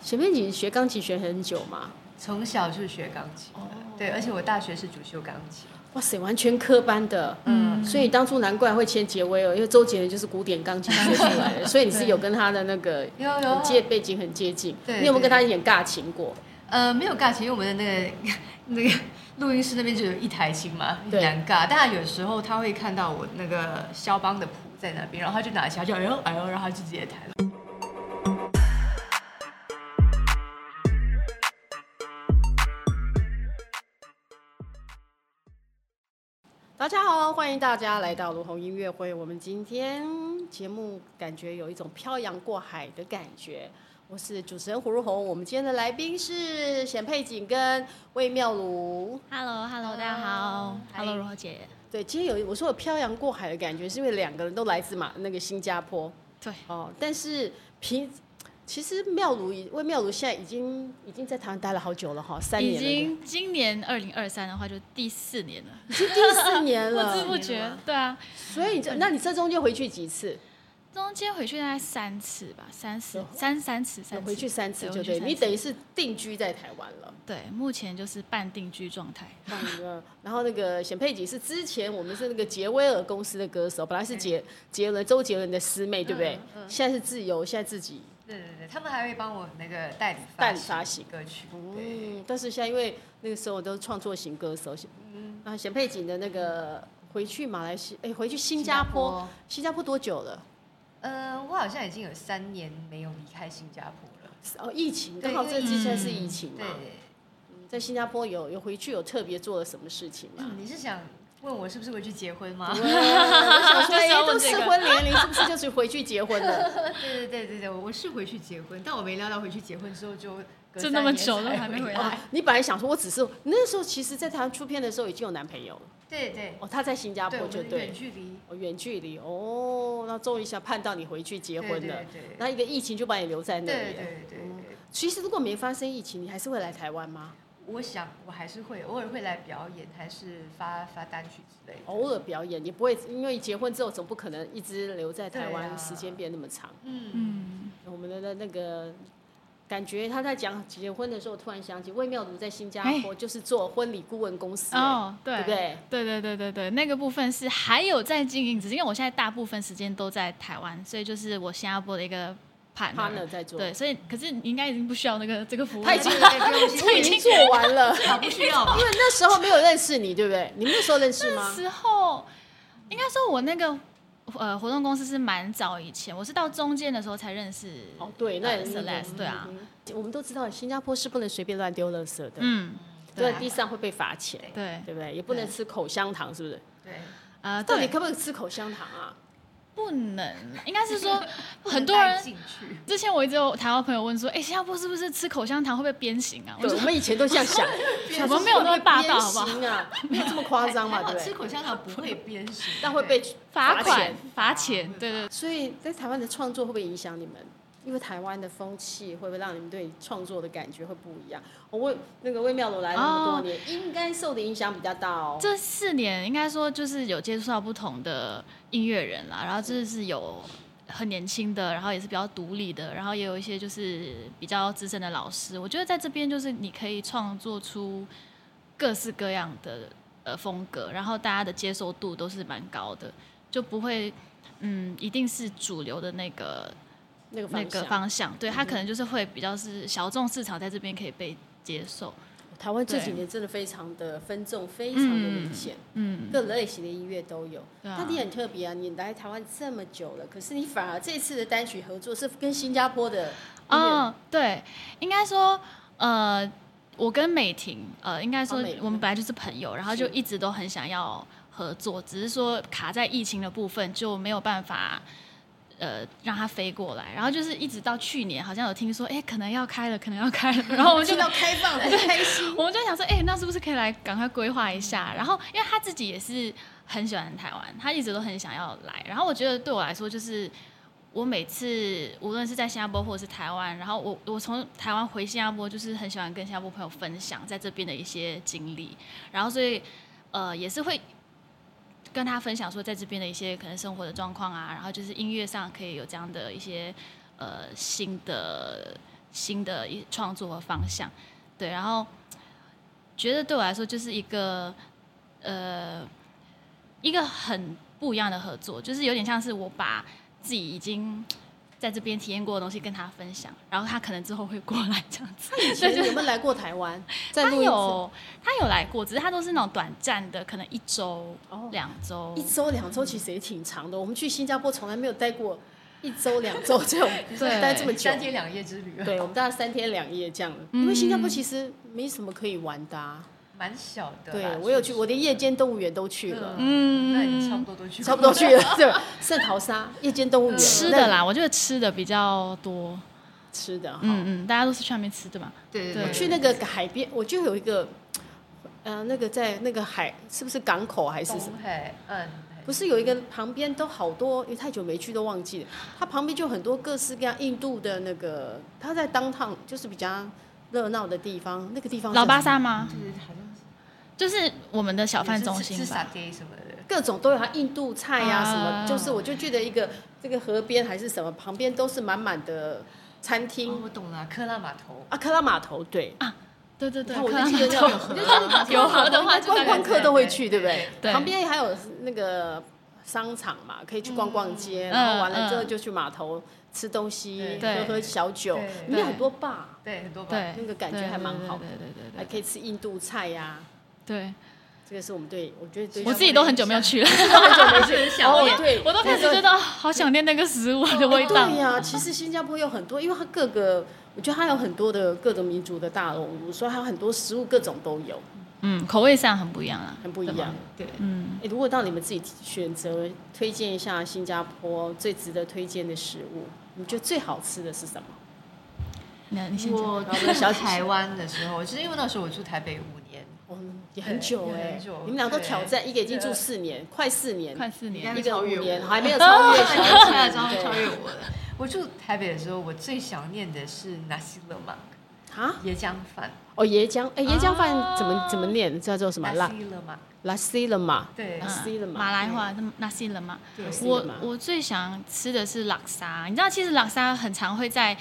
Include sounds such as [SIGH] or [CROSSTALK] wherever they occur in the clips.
随便你学钢琴学很久嘛？从小就学钢琴的，对，而且我大学是主修钢琴，哇塞，完全科班的。嗯，所以当初难怪会签杰威尔，因为周杰伦就是古典钢琴学出来 [LAUGHS] 的，所以你是有跟他的那个有有很接背景很接近。对你有没有对跟他演尬琴过？呃，没有尬琴，因为我们的那个 [LAUGHS] 那个录音室那边就有一台琴嘛，很对难尬。但他有时候他会看到我那个肖邦的谱在那边，然后他就拿起来，他就哎呦哎呦，然后他就直接弹了。大家好，欢迎大家来到卢红音乐会。我们今天节目感觉有一种漂洋过海的感觉。我是主持人胡如红，我们今天的来宾是显佩景跟魏妙如。 Hello Hello，大家好嗨，Hello 罗姐，对，今天有我说有漂洋过海的感觉，是因为两个人都来自马那个新加坡对，哦。但是平其实妙如已魏妙如现在已经已经在台湾待了好久了哈，三年已了经今年二零二三的话就第四年了，已经第四年 [LAUGHS] 不知了。不觉，对啊，所以你这那你这中间回去几次？中间回去大概三次吧，三次有三三次有三次，回去三次对就回去对，三你次等于是定居在台湾了。对，目前就是半定居状态，那个， [LAUGHS] 然后那个显佩吉是之前我们是那个杰威尔公司的歌手，本来是杰杰伦周杰伦的师妹，对不对？嗯嗯现在是自由，现在自己对对对，他们还会帮我那个代理代代理发行歌曲，对，嗯，但是现在因为那个时候我都是创作型歌手，嗯，然后显佩景的那个回去马来西，哎，回去新加坡，，新加坡多久了？呃，我好像已经有三年没有离开新加坡了，哦，疫情对刚好这因为期现在是嗯疫情嘛，对。嗯在新加坡有有回去有特别做了什么事情吗？ [LAUGHS] 嗯你是想问我是不是回去结婚吗？我想说，就是哎，要都问这适个婚年龄，是不是就是回去结婚 [LAUGHS] 了？对对对对对，我是回去结婚，但我没料到回去结婚之后就隔就那么三年久都才还没回回哦来。你本来想说，我只是那时候其实，在台湾出片的时候已经有男朋友了。 [LAUGHS] 对对，哦，他在新加对，坡我就们远对，距离哦，远距离哦，那终于想盼到你回去结结婚了。对对那一个疫情就把你嗯留在那对里了。对对对对。其实如果没发生疫情，你还是会来台湾吗？我想我还是会偶尔会来表演，还是发发单曲之类的。偶尔表演，也不会因为结婚之后总不可能一直留在台湾，对啊时间变那么长。嗯，嗯，我们的那个感觉，他在讲结婚的时候，突然想起魏妙如在新加坡就是做婚礼顾问公司、哦，哎对对不对？对对对对对，那个部分是还有在经营，只是因为我现在大部分时间都在台湾，所以就是我新加坡的一个 partner， partner 在做，对，所以可是你应该已经不需要那个这个服务了，他已经对对对不用已经做完了。好不 [LAUGHS] 需要吧。因为那时候没有认识你，对不对？你们那时候认识吗？时候，应该说我那个呃活动公司是蛮早以前，我是到中间的时候才认识。哦，对，那也呃是 Celeste，对啊。嗯我们都知道新加坡是不能随便乱丢垃圾的，嗯，丢对啊在地上会被罚钱，对，啊对不对？也不能吃口香糖，是不是？对，呃，到底对，可不可以吃口香糖啊？不能，应该是 [LAUGHS] 说很不多能带人。进 [LAUGHS] 去。之前我一直有台湾朋友问说，哎、新加坡是不是吃口香糖会被鞭刑啊？我对，就我说们以前都这样想，我们没有那么霸道，好不好？行啊，没有这么夸张嘛，还好对不吃对？口香糖不会 [LAUGHS] 鞭刑，但会被对罚款钱。、罚钱，对对所以在台湾的创作会不会影响你们？因为台湾的风气会不会让你们对创作的感觉会不一样？我问那个魏妙如来了那么多年，应该受的影响比较大哦。这四年应该说就是有接触到不同的音乐人啦，然后就是有很年轻的，然后也是比较独立的，然后也有一些就是比较资深的老师。我觉得在这边就是你可以创作出各式各样的呃风格，然后大家的接受度都是蛮高的，就不会嗯一定是主流的那个那个那方个向，方向，对他嗯哼可能就是会比较是小众市场在这边可以被接受，台湾这对几年真的非常的分众，非常的明显，嗯，各类型的音乐都有。对那啊。你很特别啊，你来台湾这么久了，可是你反而这次的单曲合作是跟新加坡的音哦，对，应该说，呃，我跟美婷，呃，应该说哦美婷我们本来就是朋友，然后是就一直都很想要合作，只是说卡在疫情的部分就没有办法。呃，让它飞过来，然后就是一直到去年，好像有听说，哎，可能要开了，可能要开了，然后乐我们就听到开放很开 [LAUGHS] 心。 [LAUGHS] 我们就想说，哎、那是不是可以来赶快规划一下？然后，因为他自己也是很喜欢台湾，他一直都很想要来。然后我觉得对我来说，就是我每次无论是在新加坡或者是台湾，然后我我从台湾回新加坡，就是很喜欢跟新加坡朋友分享在这边的一些经历，然后所以呃也是会。跟他分享说，在这边的一些可能生活的状况啊，然后就是音乐上可以有这样的一些呃新的新的一创作和方向。对，然后觉得对我来说就是一个呃一个很不一样的合作，就是有点像是我把自己已经在这边体验过的东西跟他分享，然后他可能之后会过来这样子。以前有没有来过台湾？在他录音室有他有来过，只是他都是那种短暂的，可能一周、哦两周，一。周两周其实也挺长的。我们去新加坡从来没有待过一周两周这种 [LAUGHS] 对待这么久三。天两夜之旅，对，我们大概三天两夜这样了。嗯因为新加坡其实没什么可以玩的、啊。蛮小的啦。对，我有去，其实我连夜间动物园都去了，嗯那你差不多都去过，差不多去了。对，圣淘沙夜间动物园吃的，啦，我觉得吃的比较多。那吃的哈。哦嗯嗯，大家都是去那边吃的嘛。对对对我对，去那个海边，我就有一个，呃，那个在那个海是不是港口还是什么？东海岸，不是有一个旁边都好多，因为太久没去都忘记了。它旁边就很多各式各样印度的那个，它在当趟就是比较热闹的地方，那个地方老巴萨萨吗？就是好像是就是我们的小贩中心是吧沙。爹什么的。各种都有，它印度菜呀、什么，啊就是我就记得一个这个河边还是什么，旁边都是满满的餐哦厅。我懂了，克拉码头。啊，克拉码头对，对对对，你看我克就拉记得玛那头有河有河的话，就大观概光这客样都会去，对不对对？对旁边还有那个商场嘛，可以去逛逛街，嗯然后完了之后嗯就去码头吃东西，对喝喝小酒对，里面很多 bar，对，很多吧。对，那个感觉还蛮好的哎对对对还对对可以吃印度菜呀、对这个是我们对我觉得对对，我自己都很久没有去了，很久没去，想哦念对，我都开哦始那个觉得哦好想念那个食物的味道对。呀、其实新加坡有很多，因为它各个，我觉得它有很多的各个民族的大熔炉，所以它有很多食物各种都有，嗯，口味上很不一样啊，很不一对样吧。对，嗯，诶如果到你们自己选择推荐一下新加坡最值得推荐的食物，你觉得最好吃的是什么？那你先讲。我去台湾的时候，就是因为那时候我住台北五年，哦，也很久嗯对也哎、很久你们俩都对挑战，一个已经住对四年，快四年，快四应该年，一个五年，超越我还没 [LAUGHS] 有超越小超越姐超越超对越我了。我住台北的时候，我最想念的是纳西勒曼啊！椰浆饭，哦，椰浆，哎、椰浆饭怎么、啊怎么念？叫做什么？纳拉哦西勒曼，拉西了嘛？对嗯啊，Nasi lemak 马来话嗯那那西人嘛。对，是我的嘛我最想吃的是拉沙，你知道，其实拉沙很常会在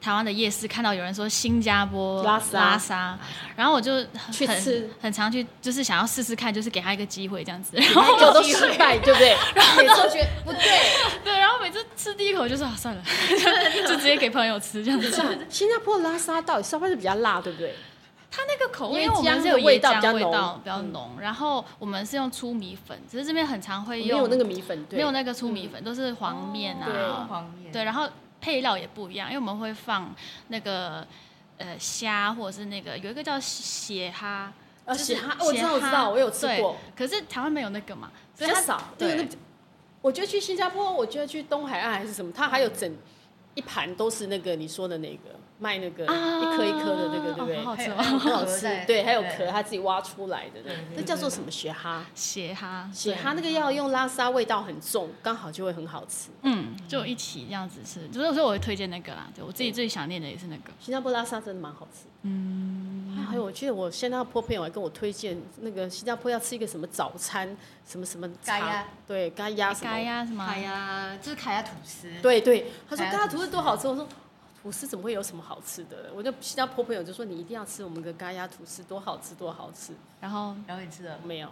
台湾的夜市看到有人说新加坡拉沙拉沙，然后我就很去吃很很常去，就是想要试试看，就是给他一个机会这样子。然后很久都失败，对不对？每次都觉得不对。 [LAUGHS] 对，然后每次吃第一口就说、啊、算 [LAUGHS] 了，就直接给朋友吃这样子。新加坡的拉沙到底稍微是比较辣，对不对？它那个口椰味，因为我浆们是的有味椰道浆比较味浓嗯道比较浓，然后我们是用粗米粉，只是这边很常会哦没用有那个米粉，对，嗯哦没有那个粗米粉，都是黄面啊，对黄面，对，然后配料也不一样，因为我们会放那个呃虾，或者是那个有一个叫血哈，呃就是血哈，我知道，我血知哈道，我有吃对过，，可是台湾没有那个嘛，比所以较它少。对对，那我觉得去新加坡，我觉得去东海岸还是什么，它还有整一盘都是那个你说的那个卖那个啊一颗一颗的那个，对不哦对？好好吃还有哦，很好壳吃在，对，还有对壳，它自己挖出来的，对对对，那对叫做什么血哈？血哈，血对哈那个要用拉沙，味道很重，刚好就会很好吃。嗯，就一起这样子吃，就是所以我会推荐那个啦，对我自己最想念的也是那个，新加坡拉沙真的蛮好吃。嗯，还有我记得我新加坡朋友还跟我推荐那个新加坡要吃一个什么早餐，什么什么茶咖呀，对，咖鸭什咖么，呀什么啊卡，呀，就是卡呀吐司，对对，他说咖咖呀鸭吐司多好吃，我说。吐司怎么会有什么好吃的？我就新加坡朋友就说你一定要吃我们的咖鸭吐司，多好吃多好吃。然后然后你吃了，没有，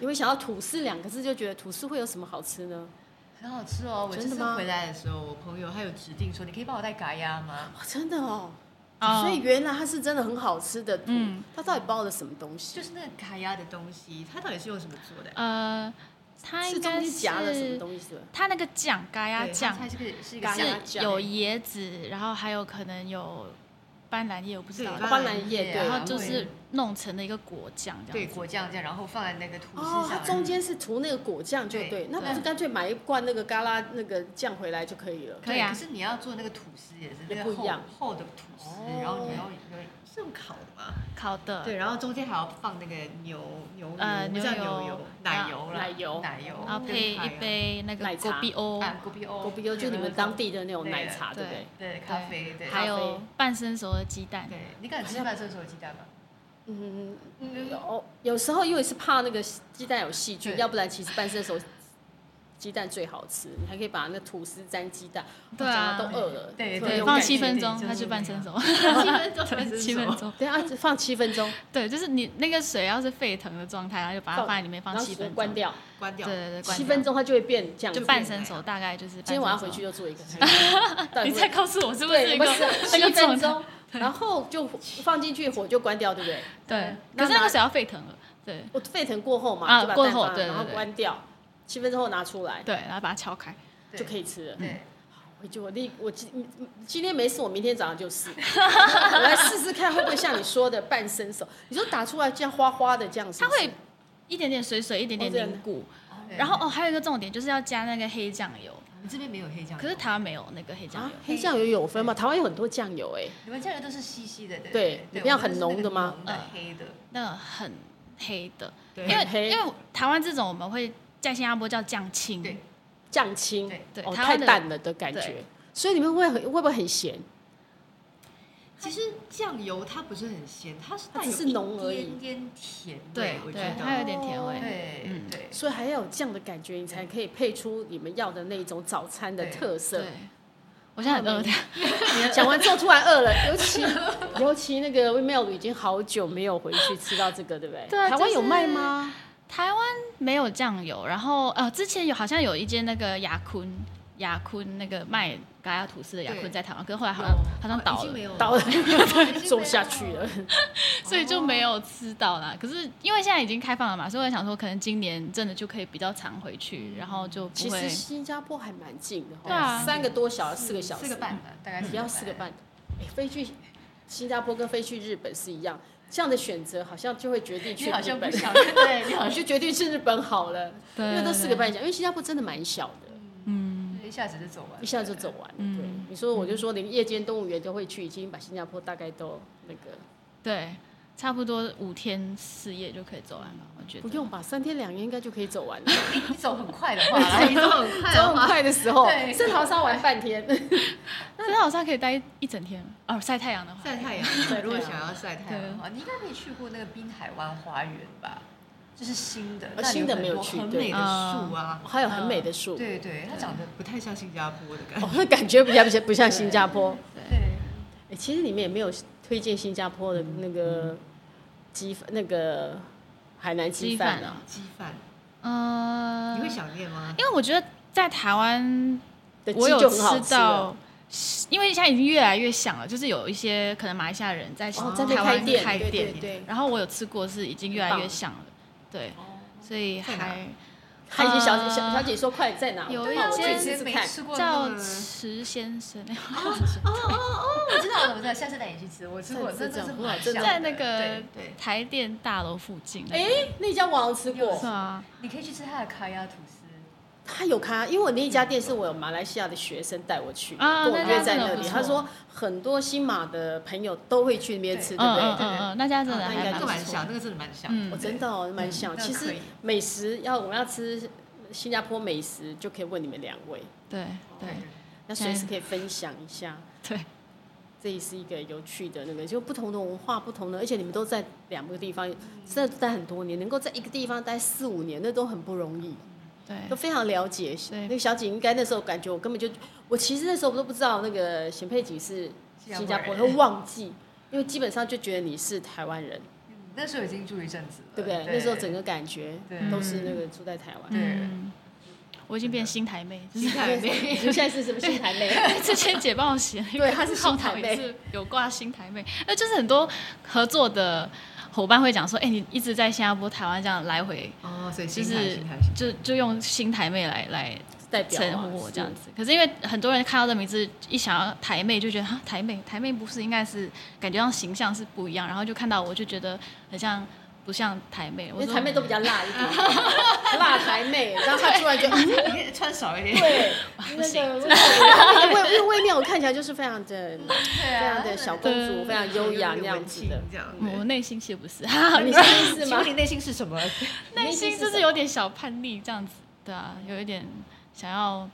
因为想到吐司两个字就觉得吐司会有什么好吃呢？很好吃哦。我这真的次吗回来的时候，我朋友他有指定说，你可以帮我带嘎呀吗？哇，真的哦，哦所以原来它是真的很好吃的。嗯嗯，它到底包了什么东西？就是那个嘎呀的东西，它到底是用什么做的？呃，它是应中该间夹了什么是东西？它那个酱咖呀对酱它。是个是一个嘎呀酱是酱有椰子，然后还有可能有斑斓叶，我不知道对，它斑斑斓斓叶，叶对，然啊后就是弄成了一个果酱这对样子。果酱这样，然后放在那个吐司哦，它上，中间是涂那个果酱就对对，那不对是干脆买一罐那个嘎啦那个酱回来就可以了。可以啊对可是你要做那个吐司也是那也个不一样厚厚的吐司，哦然后你要有是用烤的吗？烤的，对，然后中间还要放那个牛牛油，呃不叫牛油牛油，啊奶油啦，奶油奶油，然后配跟咖一呀杯那奶个茶果比欧，啊，果皮欧，狗比欧就你们当地的那种奶哦茶，对对不对？对咖啡，对还咖有啡半生熟的鸡蛋。对，你敢吃半生熟鸡蛋吗？嗯，嗯， [LAUGHS] 有有时候因为是怕那个鸡蛋有细菌，对要不然其实半生熟鸡蛋最好吃，你还可以把那吐司沾鸡蛋，我对讲啊到都饿了，对会对有放感觉七分对钟，就是它就半这样生熟，七分半生 [LAUGHS] 七分熟钟，对啊，只放七分钟，对，就是你那个水要是沸腾的状态，然后就把它放放在里面然放后七分水钟，关掉，关对掉。对对，关七掉分钟它就会变这样子。就半生熟，大概就是。今天晚上回去，就做一个。到底 [LAUGHS] 你会再告诉我是不是对，一不个是 [LAUGHS] 那个七状分态？钟，然后就放进去，火就关掉，对不对？对，那可是那拿个水要沸腾了，对我沸腾过后嘛，啊就把过蛋后放了对对然后对关掉，七分钟后拿出来对，然后把它敲开，就可以吃了。对，回哎去我立我今今天没事，我明天早上就试， [LAUGHS] 我来试试看会不会像你说的半生熟。你说打出来这样花花的这样是它不是，会一点点水水，一点点哦这样凝固。对然后哦，还有一个重点就是要加那个黑酱油，我们这边没有黑酱油，可是台湾没有那个黑酱啊油。，黑酱油有分吗？台湾有很多酱油哎、你们酱油都是稀稀的，对对对，你不要我们很都是那浓的个吗浓的嗯黑的，那个很黑的，对因为很黑因为台湾这种我们会在新加坡叫酱青，对酱青，对对哦，台太湾的淡了的感觉对。所以你们会很会不会很咸？其实酱油它不是很咸，它是它带只有是一浓而已点点甜味，对我觉对，它得，有点甜味。对嗯对所以还要有酱的感觉，你才可以配出你们要的那种早餐的对特色。对，我现在很饿的。 [LAUGHS] 讲完之后突然饿了，尤其 [LAUGHS] 尤其那个 m e l 已经好久没有回去吃到这个，对不对？对啊台湾就是有卖吗？台湾没有酱油，然后呃，之前有好像有一间那个雅坤雅坤那个卖咖亚吐司的雅对坤在台湾，可是后来好像好像倒 [LAUGHS] 已经没了，有倒了，了 [LAUGHS] 做不下去 [LAUGHS] 了。。所以就没有吃到啦。可是因为现在已经开放了嘛，所以我想说，可能今年真的就可以比较常回去，然后就不其会实。新加坡还蛮近的哦，对啊三个多小时，四个小时，四个半吧，大概也要四个半。哎飞去新加坡跟飞去日本是一样，这样的选择好像就会决定去你日好像不本，想，对你好我 [LAUGHS] 像就决定去日本好了，对因为都四个对半小时，因为新加坡真的蛮小的。嗯，一下子就走完了，一下就走完了。嗯对，你说我就说，连夜间动物园都会去，已经把新加坡大概都那个对，差不多五天四夜就可以走完了，我觉得。不用吧，三天两夜应该就可以走完了。对。 [LAUGHS] 你走很快的话啦， [LAUGHS] 你走很快走的很话，快的时候，啊对圣淘沙玩半天，真的好像可以待一一整天哦，晒太阳的话。晒太阳太阳，如果想要晒太阳的啊哦话，你应该没去过那个滨海湾花园吧？这是新的呃，那里新的没有很多去很对美的树啊，还有很美的树，对对，它长得不太像新加坡的感觉哦，。那感觉比较不像不像新加坡。对，哎，其实你们也没有推荐新加坡的嗯那个鸡饭那个海南鸡饭鸡啊饭啊。鸡饭，嗯，你会想念吗？因为我觉得在台湾的鸡我有就很好吃吃了，到，因为现在已经越来越响了，就是有一些可能马来西亚人在哦，在那那边台开湾店，开对店，对对，然后我有吃过，是已经越来越响了，对，哦所以在哪还海景小姐小呃小姐说快在哪？有我一带我间去吃吃没看。吃过那叫个嗯哦池先生，我知道了，我知道，下次带你去吃，我吃过，这真这的是这蛮这香的在那个对对，台电大楼附近那边，哎，那家我好像吃过有，是啊，你可以去吃它的卡亚吐司，他有咖，因为我那一家店是我有马来西亚的学生带我去，啊跟我那约家在真的那不里。错他说很多新马的朋友都会去那边吃，对嗯不嗯对？嗯嗯，那家真的啊那应还该那个蛮不蛮错香，，那个真的蛮香。嗯我真的哦，蛮那像。个其可实以美食要我们要吃新加坡美食，就可以问你们两位，对对那随时可以分享一下。对，这也是一个有趣的那个，就不同的文化，不同的，而且你们都在两个地方，真的待很多年，能够在一个地方待四五年，那都很不容易。对都非常了解。对那个小姐应该那时候感觉我根本就，我其实那时候我都不知道那个显佩景是新新加加坡坡人，人会忘记，因为基本上就觉得你是台湾人，嗯那时候已经住一阵子了，对不对？那时候整个感觉对都是那个住在台湾。 [LAUGHS] 对嗯，我已经变新台妹，就是新台你妹，们现在是什么新台 [LAUGHS] 妹？之前姐帮我写那个，对她 [LAUGHS] 是新台妹也是有挂新台妹，那就是很多合作的伙伴会讲说，哎、你一直在新加坡、台湾这样来回，哦，所以就新台是新台新就就用新台妹来来代表啊称呼我这样子。可是因为很多人看到这名字，一想要台妹就觉得哈台妹，台妹不是应该是感觉上形象是不一样，然后就看到我就觉得很像不像台妹，因我为说台妹都比较辣一点，辣台妹，然后她突然就。嗯 [LAUGHS] 你可以穿少一点，对，那个魏魏魏魏妙看起来就是非常的、对非啊常的小公主，非常优雅那样子的。这样嗯我内心其实不 [LAUGHS] 是，你是这是请吗问？你内心 [LAUGHS] 是什么？内心就是有点小叛逆这样子，对啊，有一点想要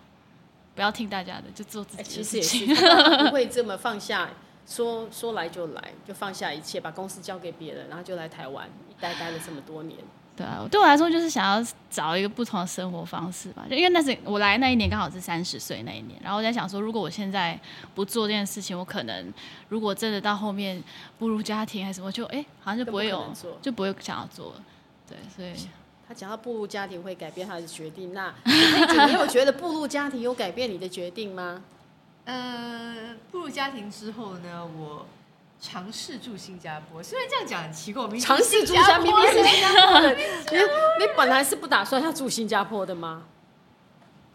不要听大家的，就做自哎其己的实事也是情。，他不会这么放下，说说来就来，就放下一切，把公司交给别人，然后就来台湾，一待待了这么多年。对啊，对我来说就是想要找一个不同的生活方式吧，就因为那是我来那一年刚好是三十岁那一年，然后我在想说，如果我现在不做这件事情，我可能如果真的到后面步入家庭还是什么，就哎好像就不会更不可有能做就不会想要做了，对，所以他讲到步入家庭会改变他的决定，那你自己你有觉得步入家庭有改变你的决定吗？呃，步入家庭之后呢，我尝试住新加坡。虽然这样讲很奇怪，我明明尝试住新加家，坡明明是人新加坡人，你 [LAUGHS] 你本来是不打算要住新加坡的吗？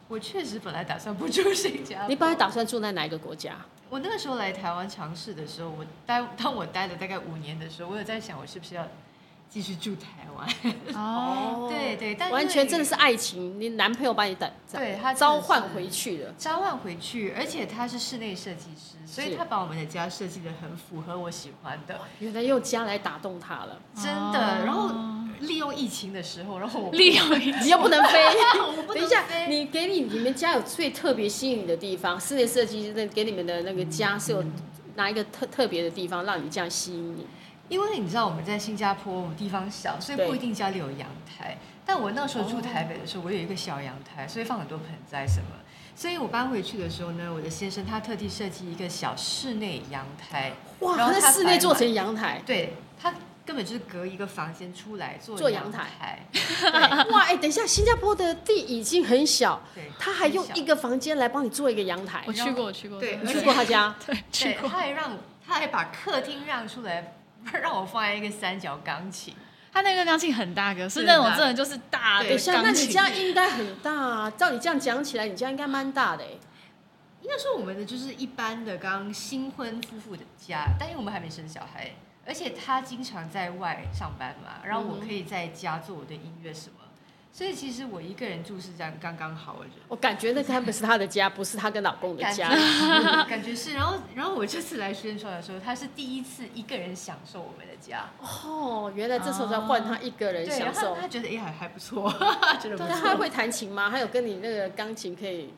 我确实本来打算不住新加坡。你本来打算住在哪一个国家？我那个时候来台湾尝试的时候，我待当我待了大概五年的时候，我有在想我是不是要继续住台湾。 [LAUGHS] 哦，对对，但完全真的是爱情，你男朋友把你打对他真的召唤是回去了。召唤回去，而且他是室内设计师，所以是哦他把我们的家设计的很符合我喜欢的，原来用家来打动他 [LAUGHS] 了，真的。然后利用疫情的时候，然后 [LAUGHS] 我利用一你又不能飞。我不等一能下，飞你给你你们家有最特别吸引你的地方，室内设计那给你们的那个家是有哪一个特特别的地方让你这样吸引你？因为你知道我们在新加坡，我们地方小，所以对不一定家里有阳台。但我那时候住台北的时候，我有一个小阳台，所以放很多盆栽什么。所以我搬回去的时候呢，我的先生他特地设计一个小室内阳台，哇，然后他在他室内摆做满成阳台，对他根本就是隔一个房间出来做做阳阳台台，哇，哎、等一下，新加坡的地已经很小，对，他还用很小一个房间来帮你做一个阳台我。去过，我去过，对你去过他家？ [LAUGHS] 对，去对，过他，还让他还把客厅让出来， [LAUGHS] 让我放在一个三角钢琴。他那个钢琴很大个，是对那种很大真的就是大的对等一下，钢琴。那你家应该很大、啊，照你这样讲起来，你家应该蛮大的、哎。应该说我们的就是一般的刚新婚夫妇的家，但因为我们还没生小孩，而且他经常在外上班嘛，然后嗯我可以在家做我的音乐什么，所以其实我一个人住是这样刚刚好，我觉得。我感觉那根本是她的家，不是她跟老公的感觉家。 [LAUGHS] 是感觉是，然后然后我这次来宣传的时候，他是第一次一个人享受我们的家，哦，原来这时候在换她一个人对，然享后受他。他觉得也还还不错， [LAUGHS] 觉得不但她错。会弹琴吗？她有跟你那个钢琴可以？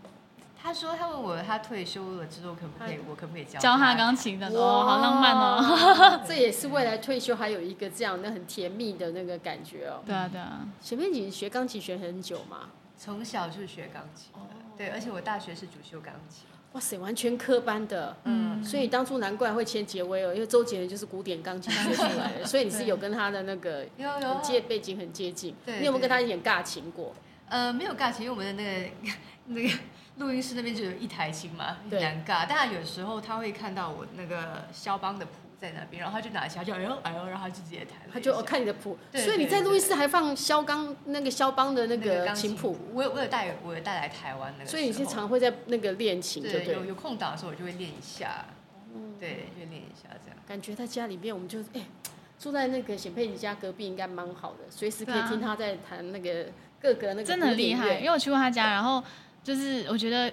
他说他问我他退休了之后可不可以，我可不可以教教他他钢琴的哦，好浪漫哦。哦！ [LAUGHS] 这也是未来退休还有一个这样那很甜蜜的那个感觉哦。对啊，对啊，前面你学钢琴学很久嘛？从小就学钢琴的，哦对，而且我大学是主修钢琴，哇塞，完全科班的。嗯，所以当初难怪会签杰威尔，因为周杰伦就是古典钢琴学出来的，所以你是有跟他的那个有有很接背景很接近。对你有没有对跟他演尬琴过？呃，没有尬琴，因为我们的那个 [LAUGHS] 那个录音室那边就有一台琴嘛，很对难尬。但他有时候他会看到我那个肖邦的谱在那边，然后他就拿起来就哎呦哎呦，然后他就直接弹了一下。他就我看你的谱，对所以你对在对录音室还放肖钢那个肖邦的那那个钢琴谱，，我有我有带我有带来台湾那个时所候，以你是常会在那个练琴，对对不对哦有？有空档的时候我就会练一下，对，就练一下这样。感觉在家里面，我们就哎、住在那个显佩妮家隔壁，应该蛮好的，随时可以对啊听他在弹那个各个那个真的古很典厉害，乐因为我去过他家，然后就是我觉得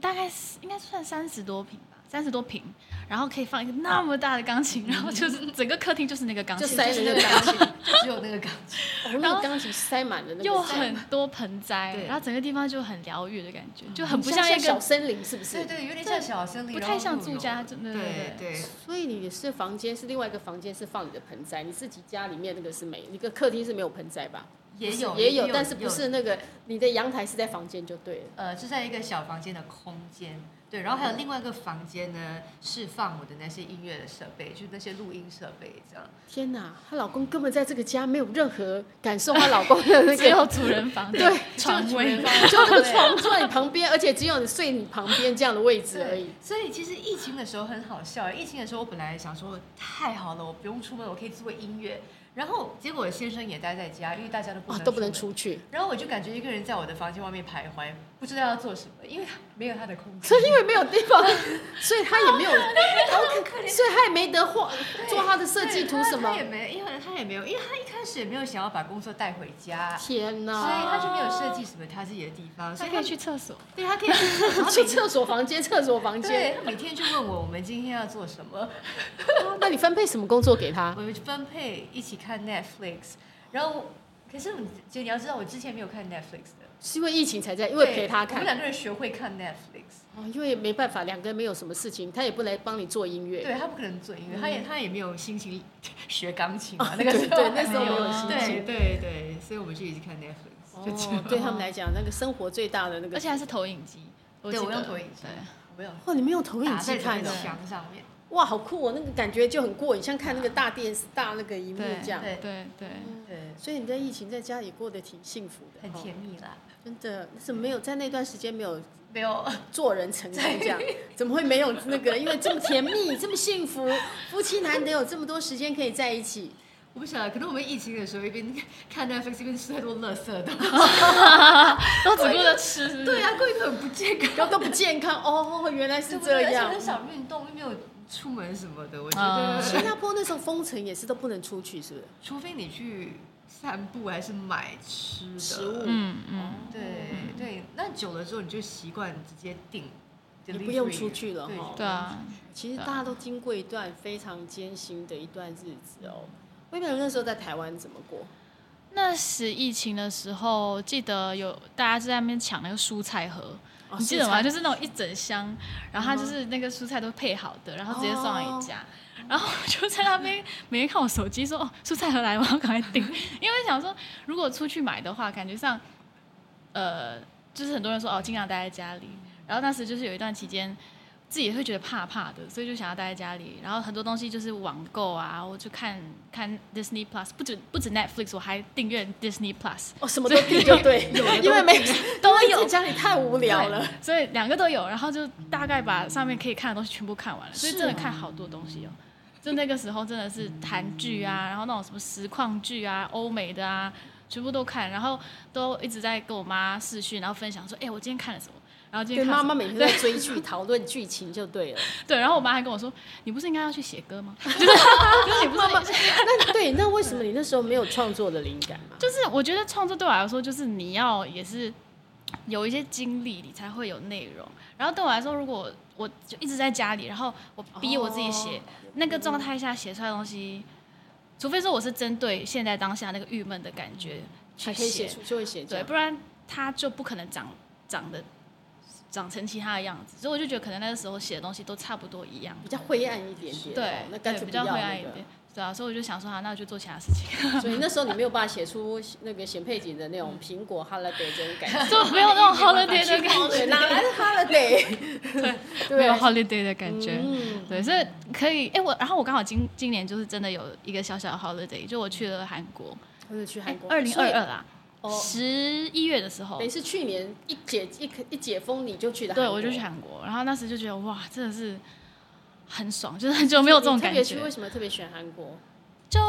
大概是应该算三十多平吧，三十多平，然后可以放一个那么大的钢琴，然后就是整个客厅就是那个钢就琴，塞就是了那个个钢钢琴， [LAUGHS] 就只有那个钢琴。哦那个钢琴塞满了那个，又很多盆栽，对然后整个地方就很疗愈的感觉，就很不像像一小个森林，是不对是？对，有点像小森林，不然后太像又有住家，对对对对对，所以你是房间是另外一个房间是放你的盆栽，你自己家里面那个是没，你个客厅是没有盆栽吧？也有也有，但是不有是那个你的阳台是在房间就对了。呃，是在一个小房间的空间，对，然后还有另外一个房间呢，是放我的那些音乐的设备，就是那些录音设备这样。天哪，她老公根本在这个家没有任何感受，她老公的那 [LAUGHS] 对，只有 [LAUGHS] 个主人房对的床 [LAUGHS] 位，就那个床坐在你旁边，而且只有你睡你旁边这样的位置而对已。，所以其实疫情的时候很好笑。疫情的时候，我本来想说太好了，我不用出门，我可以做音乐。然后结果我先生也待在家，因为大家都不啊，能、都不能。出 [LAUGHS] 去，然后我就感觉一个人在我的房间外面徘徊，不知道要做什么，因为他没有他的空间所以。因为没有地方，所以他也 [LAUGHS] 没有，所以他也没得画做他的设计图对什他么他也。没，因为他也没有，因为他一开始也没有想要把工作带回家，所天以哪！ [LAUGHS] 他就没有设计什么他自己的地方，所他以可他以去厕所。对他 [LAUGHS] 可以他每去天厕所房间，厕所房间。对他每天就问我我们今天要做什么，那你分配什么工作给他我？们分配一起看 Netflix，然后可是我姐你要知道我之前没有看 Netflix 的，是因为疫情才这样，因为陪他我们看，两个人学会看 Netflix，哦，因为没办法，两个人没有什么事情，他也不来帮你做音乐，对他不可能做音乐，嗯他也他也没有心情学钢琴 [LAUGHS] 啊哦，那个时候对对那还时候没有心情对对对，所以我们就一直看 Netflix，就这哦 [LAUGHS] 样，。对他们来讲，那个生活最大的那个，而且还是投影机。对记我用得投影机对我没有哇，你们用投影打机在看那的个，墙上面，哇，好酷哦，那个感觉就很过瘾，像看那个大电视、大那个荧幕对这样。对对对，嗯对，所以你在疫情在家里过得挺幸福的，很哦甜蜜啦，真的，怎么没有在那段时间没有没有。做人成功 [LAUGHS] 这样？怎么会没有那个？因为这么甜蜜，这么幸福，夫妻难得有这么多时间可以在一起。我不晓得，可能我们疫情的时候一边看 Netflix 一边吃太多垃 [LAUGHS] 圾 [LAUGHS] 的。都只顾着吃，是不是对啊，过一个很不健康。 [LAUGHS] 然后都不健康哦，原来是对不这对而且样很。少运动，又没有出门什么的，我觉啊得，新加坡那时候封城也是都不能出去，是不是？ [LAUGHS] 除非你去散步还是买吃的食物嗯嗯，对对，那久了之后你就习惯直接订，你不用出去了哈对啊，其实大家都经过一段非常艰辛的一段日子哦。魏本那时候在台湾怎么过？那时疫情的时候，记得有大家就在那边抢那个蔬菜盒，哦你记得蔬吗？菜就是那种一整箱，然后它就是那个蔬菜都配好的，然后直接送到你家。然后我就在那边每天看我手机说哦蔬菜盒来 [LAUGHS] 了，我要赶快订，因为想说如果出去买的话，感觉上，呃，就是很多人说哦尽量待在家里。然后当时就是有一段期间，自己也会觉得怕怕的，所以就想要待在家里。然后很多东西就是网购啊，我就看看 Disney Plus，不止不止 Netflix，我还订阅 Disney Plus，哦，什么都订就对，因为没都因为在有家里太无聊了。对所以两个都有。然后就大概把上面可以看的东西全部看完了，所以是真的哦看好多东西哦。就那个时候真的是韩剧啊，然后那种什么实况剧啊、欧美的啊，全部都看，然后都一直在跟我妈视讯，然后分享说：“哎、我今天看了什么？”然后今对，天看了妈什么妈每天都在追 [LAUGHS] 剧讨论剧情就对了。对，然后我妈还跟我说：“你不是应该要去写歌吗？” [LAUGHS] 就是就是你不是应该那对，那为什么你那时候没有创作的灵感嘛？就是我觉得创作对我来说，就是你要也是有一些经历，你才会有内容。然后对我来说，如果我就一直在家里，然后我逼我自己写、哦那个状态下写出来的东西，除非说我是针对现在当下那个郁闷的感觉去才可以写出就会写这对，样不然它就不可能长长得长成其他的样子。所以我就觉得，可能那个时候写的东西都差不多一样。比较灰暗一点点哦。对，那干对脆比不要较灰那暗一个点。对啊，所以我就想说，啊，那我就做其 [LAUGHS] 他事情。所以那时候你没有办法写出那个显配景的那种苹果 holiday 这种感 [LAUGHS] 觉。就没有那种 holiday 的感对，觉，哪来的 holiday？对没有 holiday 的感觉。嗯，对，所以可以，哎、我然后我刚好今今年就是真的有一个小小的 holiday，就我去了韩国，我有去韩国，哎二零所二以二啦，哦，十一月的时候等于，是去年一解一一解封你就去的韩对国，我就去韩国，然后那时就觉得哇，真的是很爽，就是很久没有这种你特感别去为觉，什么特别选韩国？就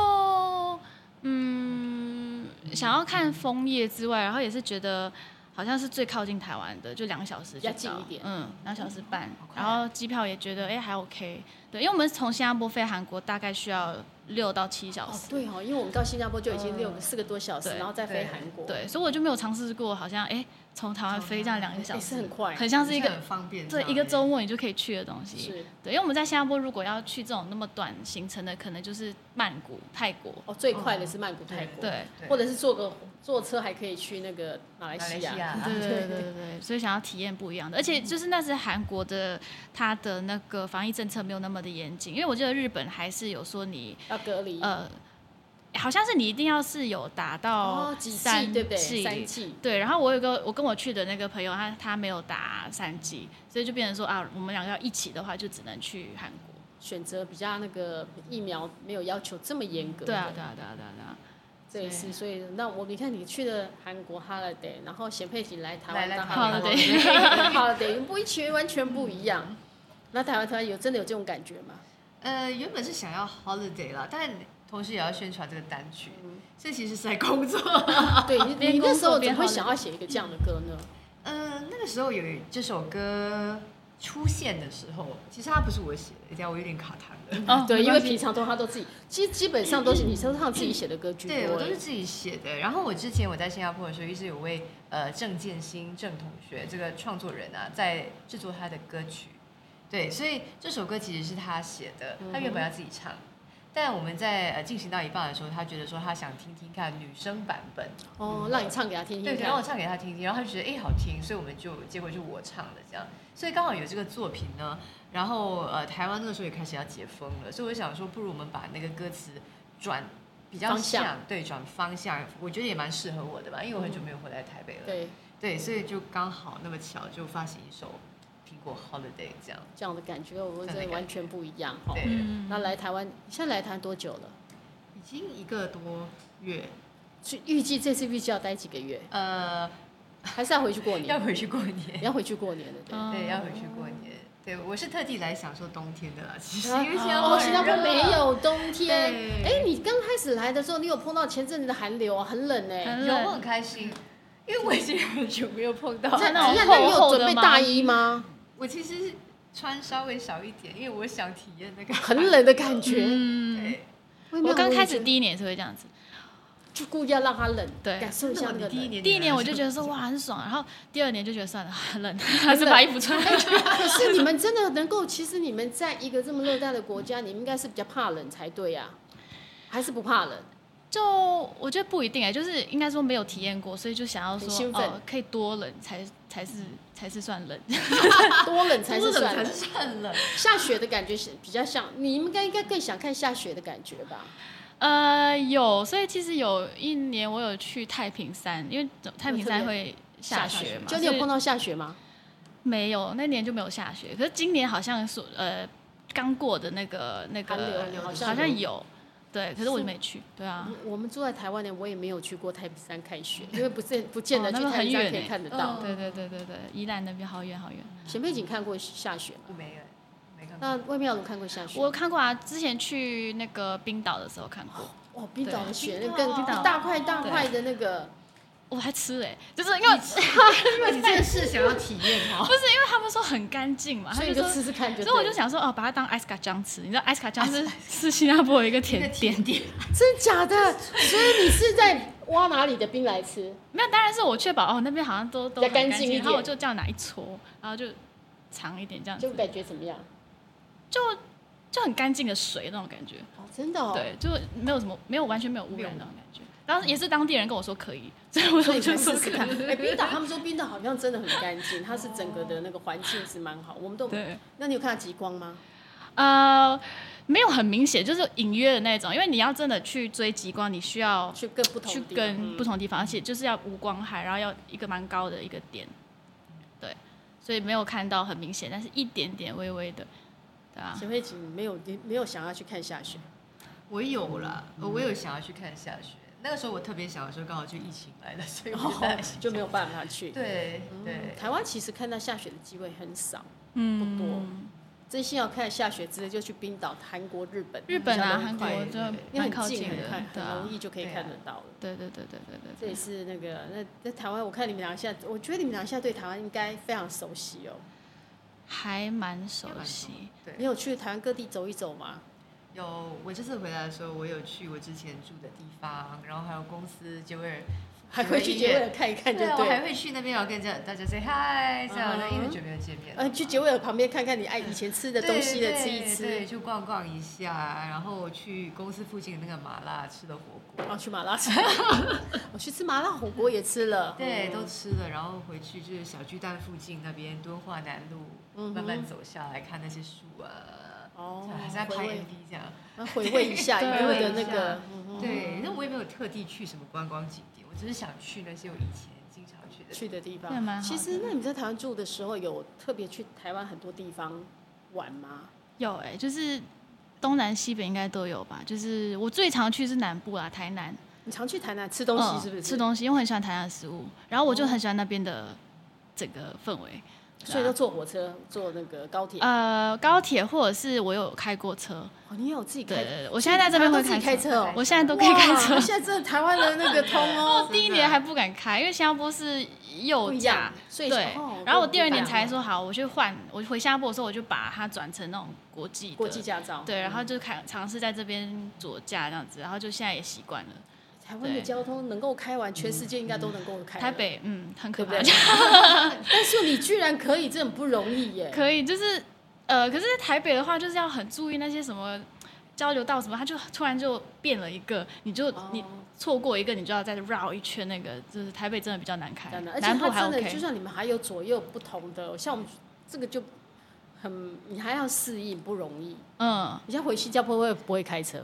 嗯，想要看枫叶之外，然后也是觉得。好像是最靠近台湾的，就两个小时就比较近到一点嗯，两小时半好，快然后机票也觉得哎、还 OK，对，因为我们从新加坡飞韩国大概需要六到七小哦时，，对哦，因为我们到新加坡就已经六个四个多小时，对然后再飞对韩国，哎对，所以我就没有尝试过，好像哎，诶从台湾从飞这样两个小也是时，很快，很像是一好个很方便，对一个周末你就可以去的东西。是对，因为我们在新加坡如果要去这种那么短行程的，可能就是曼谷、泰国，哦，最快的是曼谷、泰国，嗯对，对或者是坐个坐车还可以去那个马来马来西西亚。嗯亚，对对对对对，所以想要体验不一样的，而且就是那是韩国的，它的那个防疫政策没有那么的严谨，因为我记得日本还是有说你要隔离呃，好像是你一定要是有达到哦，几三季对不对？剂三季，对，然后我有个我跟我去的那个朋友，他他没有打三剂，所以就变成说啊，我们两个要一起的话，就只能去韩国。选择比较那个疫苗没有要求这么严格。对啊，对啊，对啊，对啊，对啊。这也所是，所以那我你看你去了韩国 holiday，然后显佩景来台湾来来当台湾 holiday [LAUGHS] holiday，不一起完全不一样。那台湾台湾有真的有这种感觉吗？呃，原本是想要 holiday 啦，但同时也要宣传这个单曲，所以其实是在工作。 [LAUGHS] 对你哦边你那工时作候怎边么会 holiday 想要写一个这样的歌呢？呃，那个时候有这首歌出现的时候，其实它不是我写的，等一下我有点卡痰了。哦，对，没因为关系平常都他都自己，基基本上都是你身上自己写的歌居多。欸对我都是自己写的。然后我之前我在新加坡的时候，一直有位呃郑建新郑同学这个创作人啊，在制作他的歌曲。对，所以这首歌其实是他写的，他原本要自己唱，但我们在呃进行到一半的时候，他觉得说他想听听看女生版本，哦，让你唱给他听对，听然后看我。唱给他听听，然后他就觉得哎、好听，所以我们就结果就我唱的这样，所以刚好有这个作品呢，然后呃台湾那个时候也开始要解封了，所以我想说不如我们把那个歌词转比较方向像，对，转方向，我觉得也蛮适合我的吧，因为我很久没有回来台北了，对，嗯对，所以就刚好那么巧就发行一首苹果 Holiday 这样，这样的感觉，我这样的真的感完全不一样哈。对，嗯，那来台湾，现在来台湾多久了？已经一个多月，去预计这次预计要待几个月，呃，还是要回去过要年？回去过年。要回去过年的，对。嗯对，要回去过年。对，我是特地来享受冬天的啦，其实因为新加坡哦，很新加坡热啊没。有冬天。对哎，你刚开始来的时候，你有碰到前阵子的寒流啊，很冷哎。很有我冷很开心，因为我已经很久没有碰到。真的那那种那你有厚厚的准备毛大衣吗？我其实是穿稍微少一点，因为我想体验那个很。冷的感觉。嗯，对，我刚开始第第一年也是会这样子，就故意要让它冷，对感受一真下的吗那你个第一冷。年，第一年我就觉得说哇很爽，然后第二年就觉得算了 [LAUGHS] 很 [LAUGHS] 冷，还是把衣服 [LAUGHS] 穿上。可是你们真的能够，其实你们在一个这么热带的国家，你们应该是比较怕冷才对呀、还是不怕冷？就我觉得不一定哎、就是应该说没有体验过，所以就想要很说兴奋哦可以多冷才才是才是算冷。 [LAUGHS] 多冷才是多冷算才冷是？算冷。下雪的感觉是比较像，你们应该应该更想看下雪的感觉吧？呃，有，所以其实有一年我有去太平山，因为太平山会下下雪雪嘛，就你有所以碰到下雪吗？没有？那年就没有下雪，可是今年好像说呃刚过的那个那寒流个寒流好好像像有有，对，可是我就没去，对啊，我我们住在台湾呢，我也没有去过太平山看雪，因为不见不见得哦去那边太平很山远嗯可以欸看得到。嗯对对对对对，宜兰那边好远好远。前辈，你看过下雪吗？我没有，没看那过。外面有人看过下雪吗？我看过啊，之前去那个冰岛的时候看过，哦，冰岛的雪对那更冰岛一大块大块的那个，我还吃哎、就是因为因为你真的是想要体验哦哈。因为他们说很干净嘛，他所以们你说就吃吃看就对了。所以我就想说，哦，把它当 ice kacang 吃。你知道 ice kacang 是 [LAUGHS] 是新加坡一个 [LAUGHS] 甜点，点点，真假 [LAUGHS] 的，所以你是在挖哪里的冰来吃？没有，当然是我确保哦，那边好像都都比很较干干净一点然后我就这样拿一撮，然后就尝一点这样子就，感觉怎么样？就很干净的水那种感觉，哦，真的哦。对，就没有什么没有完全没有污没有染那种感觉。然后也是当地人跟我说可以，所以我所以就你去就试说试可看。以。哎， [LAUGHS] 冰岛他们说冰岛好像真的很干净，它是整个的那个环境是蛮好。我们都，对，那你有看到极光吗？呃，没有很明显，就是隐约的那种，因为你要真的去追极光，你需要去跟不同去地跟嗯不同地方，而且就是要无光害，然后要一个蛮高的一个点，对，所以没有看到很明显，但是一点点微微的，对啊，前辈姐没有你没有想要去看下雪，我有啦，嗯我有想要去看下雪。那个时候我特别想的时候，刚好就疫情来了，所以我就在哦就没有办法去。对对嗯，台湾其实看到下雪的机会很少，嗯，不多真心要看下雪，直接就去冰岛、韩国、日本。日本啊，比较韩容易国快就因为蛮很靠近近很的快，，对很啊容，易就可以对啊看得到了。对对对对对这对也对，是那个那在台湾，我看你们俩现在，我觉得你们俩现在对台湾应该非常熟悉哦。还蛮熟悉，对你。有去台湾各地走一走吗？有，我这次回来的时候，我有去我之前住的地方，然后还有公司结尾，还会去有结耶尾尔看一看就啊，我还哎对。会去那边，然后跟家大家 say hi，这样，嗯那、因为很久没有见面了，呃，去结尾尔旁边看看你爱以前吃的东西的对吃一对吃对，，去逛逛一下，然后去公司附近的那个麻辣吃的火锅，然哦后去麻辣 [LAUGHS] 吃。我去吃麻辣火锅也吃了，对，都嗯吃了，然后回去就是小巨蛋附近那边敦化南路，嗯哼慢慢走下来看那些树啊，哦还在回拍味 MV 这样。回味一下对一路的那个回味一下，嗯哼对，那我也没有特地去什么观光景点，我只是想去那些我以前经常去的地去的地那蛮方。好其的实，那你在台湾住的时候，有特别去台湾很多地方玩吗？有哎、就是东南西北应该都有吧，就是我最常去是南部啦，台南。你常去台南吃东西嗯是不是？吃东西，因为我很喜欢台南的食物，然后我就很喜欢那边的整个氛围。啊所以都坐火车，坐那个高铁。呃，高铁或者是我有开过车，哦，你有自己对开对对，我现在在这边会自己开开车，车哦，我现在都可以开车哇。现在真的台湾的那个通 [LAUGHS] 我哦，第一年还不敢开，因为新加坡是不右一驾样，，所以对哦。然后我第二年不一才样说好，我去换，我回新加坡的时候我就把它转成那种国际的国际驾照，对，然后嗯就开尝试在这边左驾这样子，然后就现在也习惯了。台湾的对交通能够开完，全世界应该都能够开。台，北嗯很对可不怕对，？ [LAUGHS] 但是你居然可以，这很不容易耶。可以，就是呃，可是台北的话，就是要很注意那些什么。交流道什么，他就突然就变了一个，你就、你哦错过一个，你就要再绕一圈那个，就是台北真的比较难开，真的，而且南部它还真的 OK，就像你们还有左右不同的，像我们这个就很，你还要适应不容易。嗯，你像回新加坡会不会开 [LAUGHS] 车？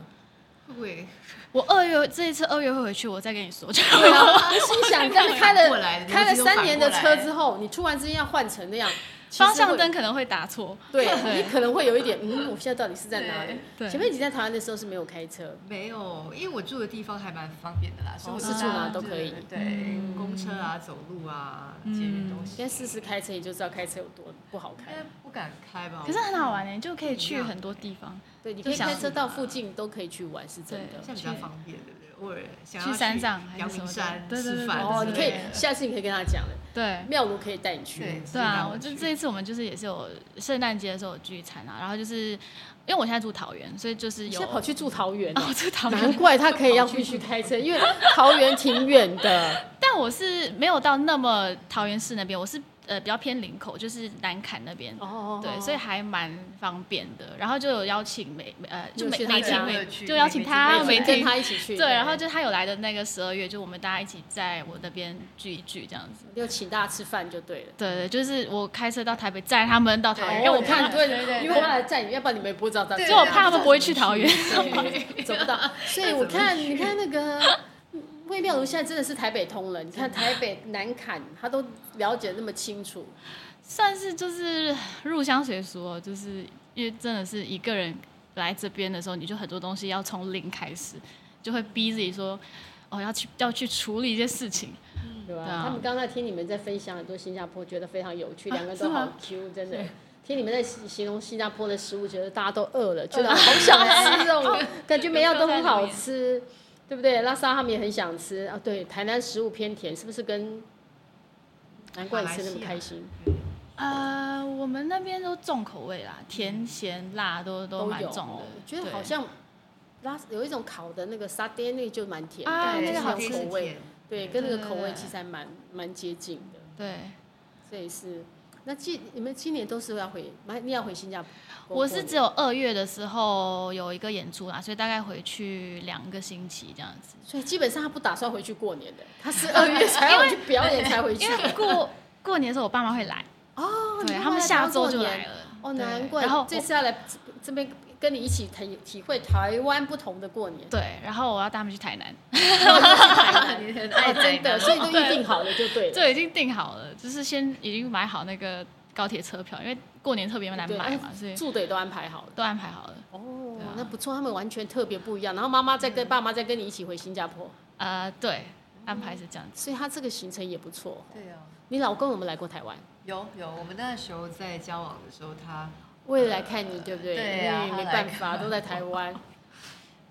会不会我二月这一次二月会回去，我再跟你说。 [LAUGHS] 就对啊，你心想，看开反过来了的开了三年的车你之后，你突然之间要换成那样，其实方向会灯可能会打错，对对你可能会有一点，嗯，我现在到底是在哪里？对前面你在台湾的时候是没有开车，没有，因为我住的地方还蛮方便的啦，哦所以我是就住搭哪都可以对，嗯公车啊、走路啊、捷运都现行。在试试开车，你就知道开车有多不好因开为。不敢开吧，可是很好玩欸哦呢，就可以去很多地方，对，你可以就想开车到附近都可以去玩，是真的对。现在比较方便，对不对？偶尔想要去山上还阳是什明么山的，对对吃对饭对，哦，之你可以类的下次你可以跟他讲了，对。妙如可以带你去对。对啊，我我就去这一次我们就是也是有圣诞节的时候有聚餐啊，然后就是因为我现在住桃园，所以就是你有现在跑去住桃园 [LAUGHS] 啊，，我住桃难园，怪他可以要必须开车，因为桃园挺远的。但我是没有到那么桃园市那边，我是呃比较偏林口，就是南坎那边，哦对，所以还蛮方便的。然后就有邀请美美呃就美就是美他家婷美乐趣就邀请还她有美美婷跟婷他一起去。对，然后就他有来的那个十二月，就我们大家一起在我那边聚一聚这样子。就请大家吃饭就对了。对对，就是我开车到台北载他们到桃园，对因为我我看怕，对对对因为我来载你，要不然你们也不会知道他。对所以我对怕他们不会去桃 [LAUGHS] 园。对走不到。所以我看，你看那个魏妙如现在真的是台北通了。你嗯看台北南坎，他都了解那么清楚。算是就是入乡随俗哦，就是因为真的是一个人来这边的时候，你就很多东西要从零开始，就会逼自己说，哦，要去要去处理一些事情。对吧？对啊他们刚才听你们在分享很多新加坡，觉得非常有趣， [LAUGHS] 啊两个人都是吗好 Q，真的。听你们在形容新加坡的食物，觉得大家都饿了，觉得 [LAUGHS] 好想吃哦，感觉每样都很好吃，对不对？拉萨他们也很想吃啊。对，台南食物偏甜，是不是跟？难怪你吃那么开心，呃，我们那边都重口味啦，甜咸辣都都蛮有。哦重的我，觉得对好像拉有一种烤的那个沙爹，那个就蛮甜的，啊那对个那好个欸是口味， [LAUGHS] [LAUGHS] 甜对，跟那个口对味对对其实还蛮蛮接近的。对。这也是。那今你们今年都是要回，买你要回新加坡过我年？是只有二月的时候有一个演出啦，所以大概回去两个星期这样子。 [LAUGHS] 所以基本上他不打算回去过年的，他是二月才要去表演才回去因。 [LAUGHS] 为过过年的时候，我爸妈会来，哦，你对爸他妈们才下要周过就年来了。哦，对难怪。然后这我，次要来这这边跟你一起体体会台湾不同的过年 [LAUGHS] 对，然后我要带他们去台南，你很爱哦，[LAUGHS] 真的，宅男所以都预定好了就对了。这已经定好了，就是先已经买好那个高铁车票，因为过年特别难对买哎嘛，所以住的也都安排好了。都安排好了。哦对啊，那不错，他们完全特别不一样。然后妈妈再跟爸妈再跟你一起回新加坡，呃，对，安排是这样子。所以他这个行程也不错。对啊，你老公有没有来过台湾？有有，我们那时候在交往的时候，他为了来看你，对不对？对啊嗯他没来办法，都在台 [LAUGHS] 湾，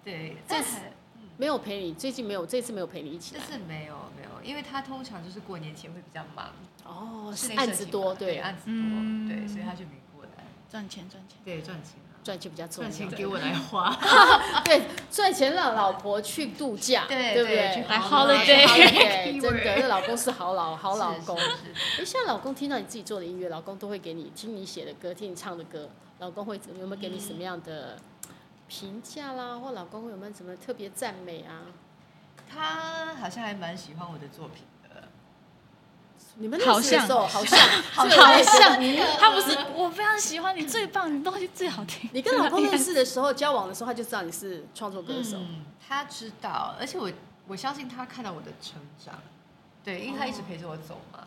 对，这但是哎还没有陪你，最近没有，这次没有陪你一起这来。次没有没有，因为他通常就是过年前会比较忙，哦，室是内案设子计多，嘛对对，啊案子嗯多，对，所以他就没过来，赚钱赚钱，对，赚钱啊，赚钱比较重赚钱要。啊给我来花，对，赚钱让老婆去度假，对不对对哦去？来 [LAUGHS] holiday holiday， Keyword 真的，这老公是好老 [LAUGHS] 好老是公。是是哎，现在老公听到你自己做的音乐，老公都会给你听你写的歌，听你唱的歌，老公会有没有给你什么样的评价啦？或老公有没有什么特别赞美啊？他好像还蛮喜欢我的作品的，你们那好时的像时候 [LAUGHS] 好哦像好好像嗯他不呃是我非常喜欢你，最棒，你东西最好听。你跟老公认识的时候，交往的时候，他就知道你是创作歌手。嗯，他知道，而且我我相信他看到我的成长，对，因为他一直陪着我走嘛，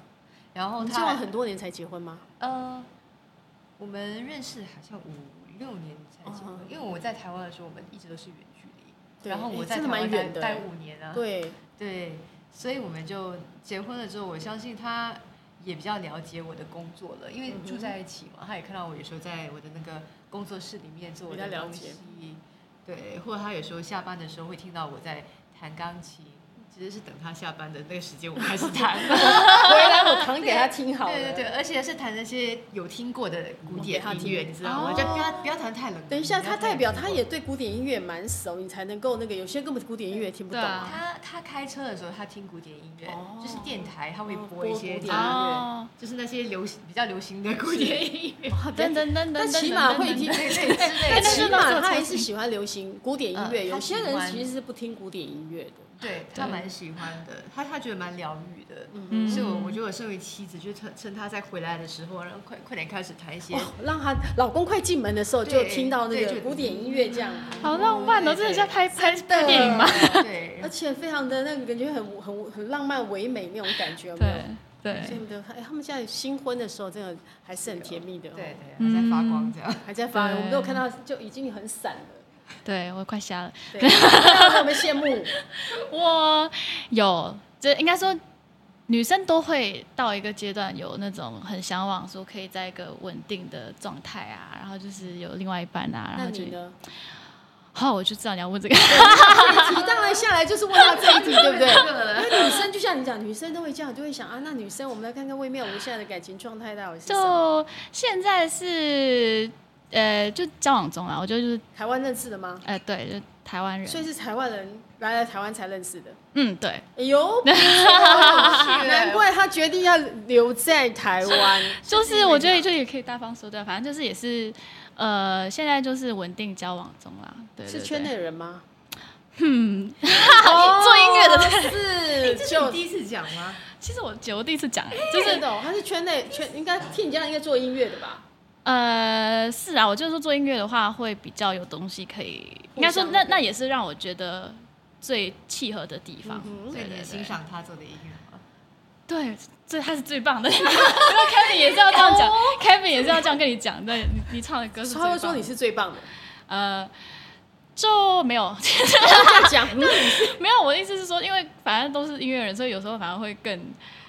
然后哦你交往他很多年才结婚吗？呃，我们认识好像五六年才结婚嗯，因为我在台湾的时候，我们一直都是远距离，对然后我诶在真的台蛮湾远待待的。五年啊，对，对，所以我们就结婚了之后，我相信他也比较了解我的工作了，因为嗯哼住在一起嘛，他也看到我有时候在我的那个工作室里面做我比的较了东解西，对，或者他有时候下班的时候会听到我在弹钢琴，其实是等他下班的那个时间我开始弹。回来我弹给他听好了。 [LAUGHS] 对对对，而且是弹那些有听过的古我给典他音听乐，你知道吗？哦就不要不要弹太冷门。等一下，不要他弹代表他冷门也对古典音乐蛮熟，你才能够那个。有些根本古典音乐也听不懂啊。他他开车的时候，他听古典音乐，哦就是电台他会哦播一播些古典音音乐乐，哦，就是那些流行比较流行的古典音乐。哇噔噔噔噔，但噔起码噔会噔听噔对 [LAUGHS] 对之类但的但起是码呢他还是喜欢流行古典音乐，嗯有他些喜人欢其实是不听古典音乐的。对他蛮喜欢的，他他觉得蛮疗愈的，嗯所以我我觉得我身为妻子，就趁趁他再回来的时候，然后快快点开始弹一些哦，让他老公快进门的时候就对听到那对个就嗯古典音乐这样，好浪漫对哦，对真的像拍拍的拍电影吗？ [LAUGHS] 对 [LAUGHS] 而，且非常的那个感觉很很很浪漫唯美那种感觉，有没对有？所以对，我们就看哎，他们现在新婚的时候真的还是很甜蜜的、哦，对，对，嗯在发光这样。还在发，对我们都有看到就已经很闪了。对我快瞎了。 [LAUGHS] 对，大家有没有羡慕？我有，这应该说女生都会到一个阶段，有那种很向往说可以在一个稳定的状态啊，然后就是有另外一半啊，然那后就你， [LAUGHS] 呢？好，我就知道你要问这个，这一题当然下来就是问到这一题，对不对？ [LAUGHS] 对？因为女生就像你讲，女生都会这样，就会想啊，那女生我们来看看魏妙如现在的感情状态到底是 [LAUGHS] 什么？就现在是呃，就交往中啊，我觉得就是台湾认识的吗？呃，对，就台湾所人，以是台湾人来来台湾才认识的。嗯，对，哎 [LAUGHS] 呦，不错啊难怪他决定要留在台湾。 [LAUGHS] 就是我觉得就也可以大方说对，啊反正就是也是呃，现在就是稳定交往中啦，对是对圈对内人吗？哦 [LAUGHS] 做音乐的对，哎对这是是 [LAUGHS] 就你第一次讲吗？其实我姐我第一次讲，就就是是懂，他是圈内圈，应该替你家应该做音乐的吧？呃，是啊，我就是说做音乐的话，会比较有东西可以，互相应该说的那那也是让我觉得最契合的地方。嗯哼所对以你对很欣对，赏他做的音乐吗？对，最他是最棒的。因为 Kevin 也是要这样 [LAUGHS] 哎讲，Kevin 也是要这样跟你讲，对你你唱的歌是最他棒会的。说你是最棒的，呃，就没有 [LAUGHS] 这样 [LAUGHS] 讲，嗯没有，我的意思是说，因为反正都是音乐人，所以有时候反而会更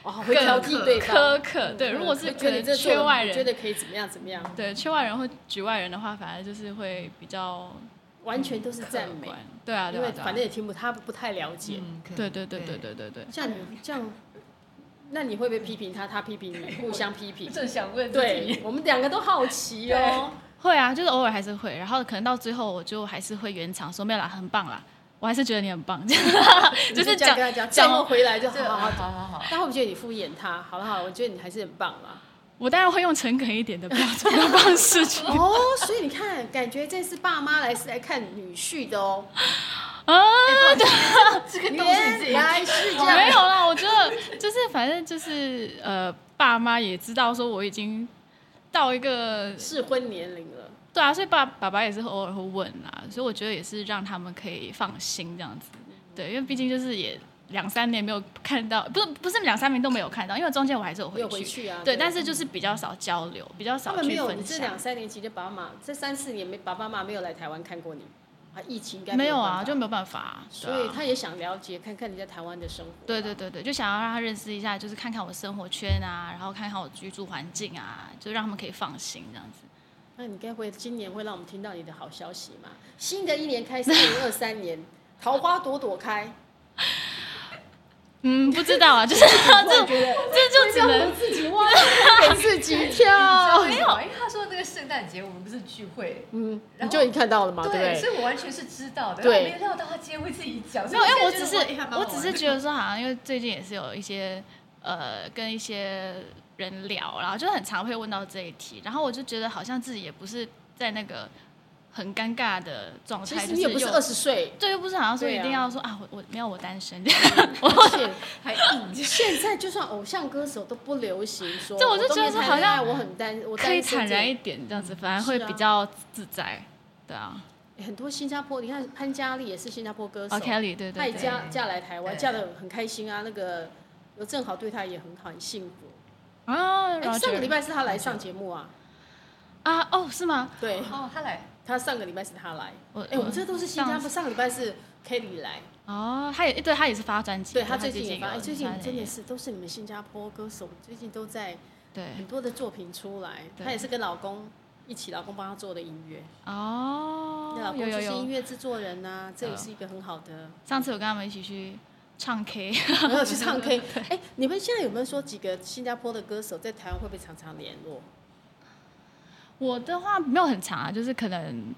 哦，会挑剔对方。苛刻。对，嗯如果是会可觉得能你这做得圈外你觉人，得可以怎么样怎么样，对圈外人或局外人的话，反而就是会比较完全都是客赞美观，。对啊，因对啊，为对啊反正也听不，他不太了解。嗯，可能对对对对对对对。像你这样，那你会不会批评他？他批评你，互相批评。正想问自 [LAUGHS] 己，对我们两个都好 [LAUGHS] 奇哦。会啊，就是偶尔还是会，然后可能到最后我就还是会圆场说没有啦，很棒啦，我还是觉得你很棒， [LAUGHS] 你就是这样讲跟他讲，最讲啊后回来就好对，好好好好。好好。他会不会觉得你敷衍他？好了好了，我觉得你还是很棒啊 [LAUGHS] 啦。。我当然会用诚恳一点的标准的方式去啊哦，所以你看，感觉这次爸妈来是来看女婿的哦。这个都是你原自己来是这没样。有啦，我觉得就是反正就是呃，爸妈也知道说我已经到一个适婚年龄了，对啊，所以爸爸爸也是偶尔会问啊，所以我觉得也是让他们可以放心这样子。对，因为毕竟就是也两三年没有看到，不是不是两三年都没有看到，因为中间我还是有没回有去。回去啊。对，但是就是比较少交流，比较他少们没去有，分你这享两。三年期间，爸爸妈妈这三四年没爸爸妈妈没有来台湾看过你，啊，疫情应该没有有啊，办就法没有办法、啊。对啊所以他也想了解看看你在台湾的生活。对对，对对，就想要让他认识一下，就是看看我生活圈啊，然后看看我居住环境啊，就让他们可以放心这样子。那你该会今年会让我们听到你的好消息吗？新的一年开始，二零二三年桃花朵朵 [LAUGHS] 开，啊嗯，不知 [LAUGHS] 道啊，就是这我觉得这就只能自己挖洞 [LAUGHS] 给自己 [LAUGHS] 跳。哦没有，因为他说那个圣诞节我们不是聚会，嗯，你然后就已经看到了嘛，对不对？所以我完全是知道的，对我没有料到他今天会自己讲，没有，因为我只所以是现在觉得哇我哎只是觉得说，好像因为最近也是有一些呃跟一些人聊，然后就很常会问到这一题，然后我就觉得好像自己也不是在那个很尴尬的状其态，实就你也不是又二十 [LAUGHS] 岁，对，又不是好像说对一啊定要说啊我我没有我单身，而且还硬讲，现在就算偶像歌手都不流行说， [LAUGHS] 这我就都觉得没谈好像恋爱我很担，我 [LAUGHS] 可以担心坦这个然一点，这样子反而是会啊比较自在，对啊。很多新加坡，你看潘嘉丽也是新加坡歌手，哦，Kelly，对她也对对，嫁嫁来台湾，对嫁的很开心啊。那个刘正豪对她也很好，很幸福。啊哎，上个礼，Roger 拜是他来上节目啊，啊，哦，是吗？对哦，他来，他上个礼拜是他来。我哎，我们这都是新加上坡，上个礼拜是 Kelly 来，哦，他也对，他也是发专辑，对他最近也有发，哎，最近发真的也是都是你们新加坡歌手，最近都在对很多的作品出来。对她也是跟老公一起，老公帮她做的音乐，哦那老，公有就有啊是音有，啊嗯乐制作人呐，这也是一个很好的。上次我跟他们一起去唱 K， [LAUGHS] 没有去 [LAUGHS] 唱 K。哎，你们现在有没有说几个新加坡的歌手在台湾会不会常常联络？我的话没有很长啊，就是可能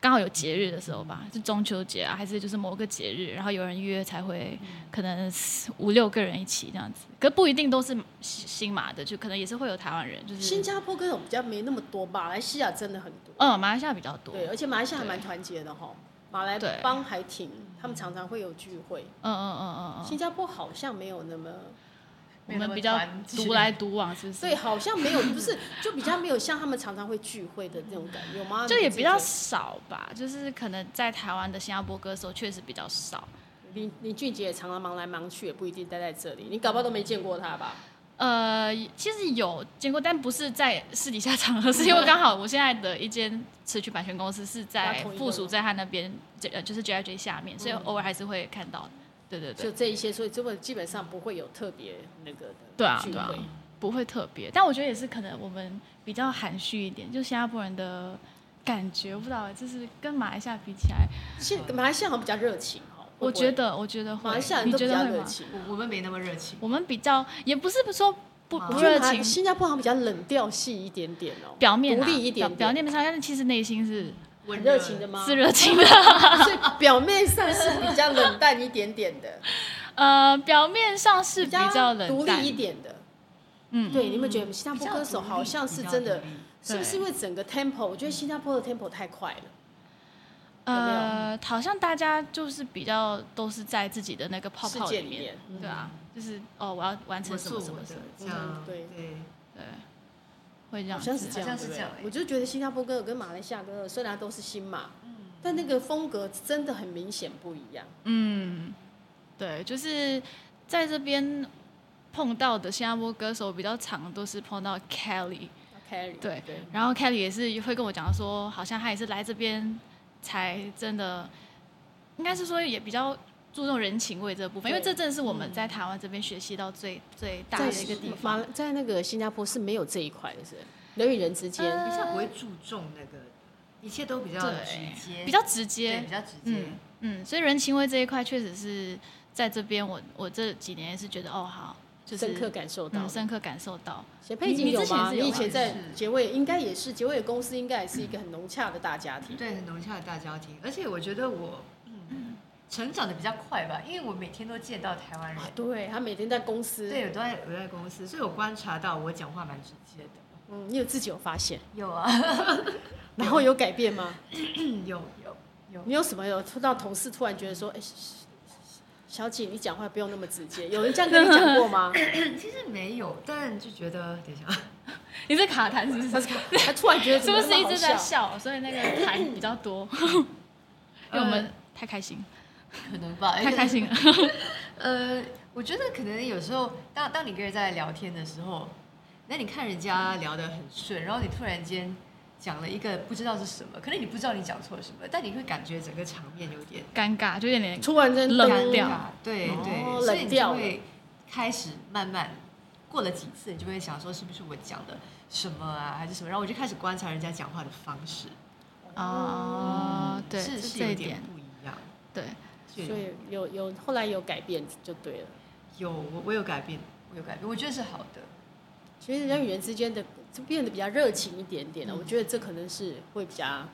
刚好有节日的时候吧，就中秋节啊，还是就是某个节日，然后有人约才会，嗯可能四五六个人一起这样子，可不一定都是新新马的，就可能也是会有台湾人，就是新加坡歌手比较没那么多，马来西亚真的很多。嗯，马来西亚比较多，对，而且马来西亚还蛮团结的哈，马来对帮还挺，他们常常会有聚会。嗯嗯嗯嗯嗯，新加坡好像没有那么，我们比较独来独往，是不对，是？好像没有，不 [LAUGHS] 是就比较没有像他们常常会聚会的那种感觉，有吗？就也比较你自少吧，就是可能在台湾的新加坡歌手确实比较少。己林林俊杰也常常忙来忙去，也不一定待在这里，你搞不好都没见过他吧？呃，其实有见过，但不是在私底下场合，是因为刚好我现在的一间词曲版权公司是那在同一个附吗属在他那边，这呃就是 J I J 下面，所以嗯偶尔还是会看到的。对对就对，这一些，所以这个基本上不会有特别那个的对啊聚对啊会。不会特别，但我觉得也是可能我们比较含蓄一点，就新加坡人的感觉，我不知道，就是跟马来西亚比起来，现马来西亚好像比较热情哦，会不会嗯我觉得我觉得马会来西亚，人你都比觉得较会热吗？情。我我们没那么热情。我们比较也不是说不啊我不觉得热马情，新加坡好像比较冷调系一点点哦，表面啊独立一点表点表面上，但是其实内心是我很热情的吗？是热情的。 [LAUGHS] 所以表面上是比较冷淡一点点的，呃，表面上 [LAUGHS] 是比比较独冷淡立一，点的。嗯，对，你们觉得新加坡歌手好像是真的，是不是对因为整个 tempo？我觉得新加坡的 tempo 太快了。呃，好像大家就是比较都是在自己己的那个泡泡世界里里面嗯对啊，就是哦，我要完成我什做么什我么的什么，这样嗯对对，对，会这样好像子是这样，好像是这对样不对欸我就觉得新加坡歌手跟马来西亚歌手虽然都是新马，嗯，但那个风格真的很明显不一样。嗯，对，就是在这边碰到的新加坡歌手比较常都是碰到 Kelly， Carry 对对，然后 Kelly 也是会跟我讲说，好像他也是来这边才真的，应该是说也比较注重人情味这部分，因为对这正是我们在台湾这边学习到最、最大在的一个地马方来。在那个新加坡是没有这一块的，是人与人之间呃比较不会注重那个，一切都比较对直接，比较直对接比，较直接嗯。嗯，所以人情味这一块确实是在这边我，我这几年也是觉得哦好，就是深刻感受到嗯。深刻感受到，贤佩已经有吗？你你以你之前前是有在是结尾应该也是结尾公司，应该也是一个很融洽的大家庭。对，很融洽的大家庭。而且我觉得我，嗯，成长的比较快吧，因为我每天都见到台湾人啊，，对他每天在公司，对，我都在我在公司，所以我观察到我讲话蛮直接的。嗯，你有自己有发现，有啊，然后有改变吗？嗯有有有，你有什么有碰到同事突然觉得说，哎、小姐你讲话不用那么直接，有人这样跟你讲过 [LAUGHS] 吗？其实没有，但就觉得等一下， [LAUGHS] 你是卡痰是不他是？是他突然觉得是怎不么是一直在笑？笑？所以那个痰比较 [LAUGHS] 多，因为我们呃太开心，可能吧， [LAUGHS] 太开心了。呃，我觉得可能有时候，当当你跟人在聊天的时候，那你看人家聊得很顺，然后你突然间讲了一个不知道是什么，可能你不知道你讲错了什么，但你会感觉整个场面有点尴尬，就有点突然间冷尴掉尬，对对，哦所冷以你掉就了会开始慢慢过了几次，你就会想说是不是我讲的什么啊，还是什么？然后我就开始观察人家讲话的方式，啊、哦对，是是是这有一点点，不一样，对，是有所点以有有后来有改变就对了。有我我有改变，我有改变，我觉得是好的。其实人与人之间的就变得比较热情一点点了，我觉得这可能是会比较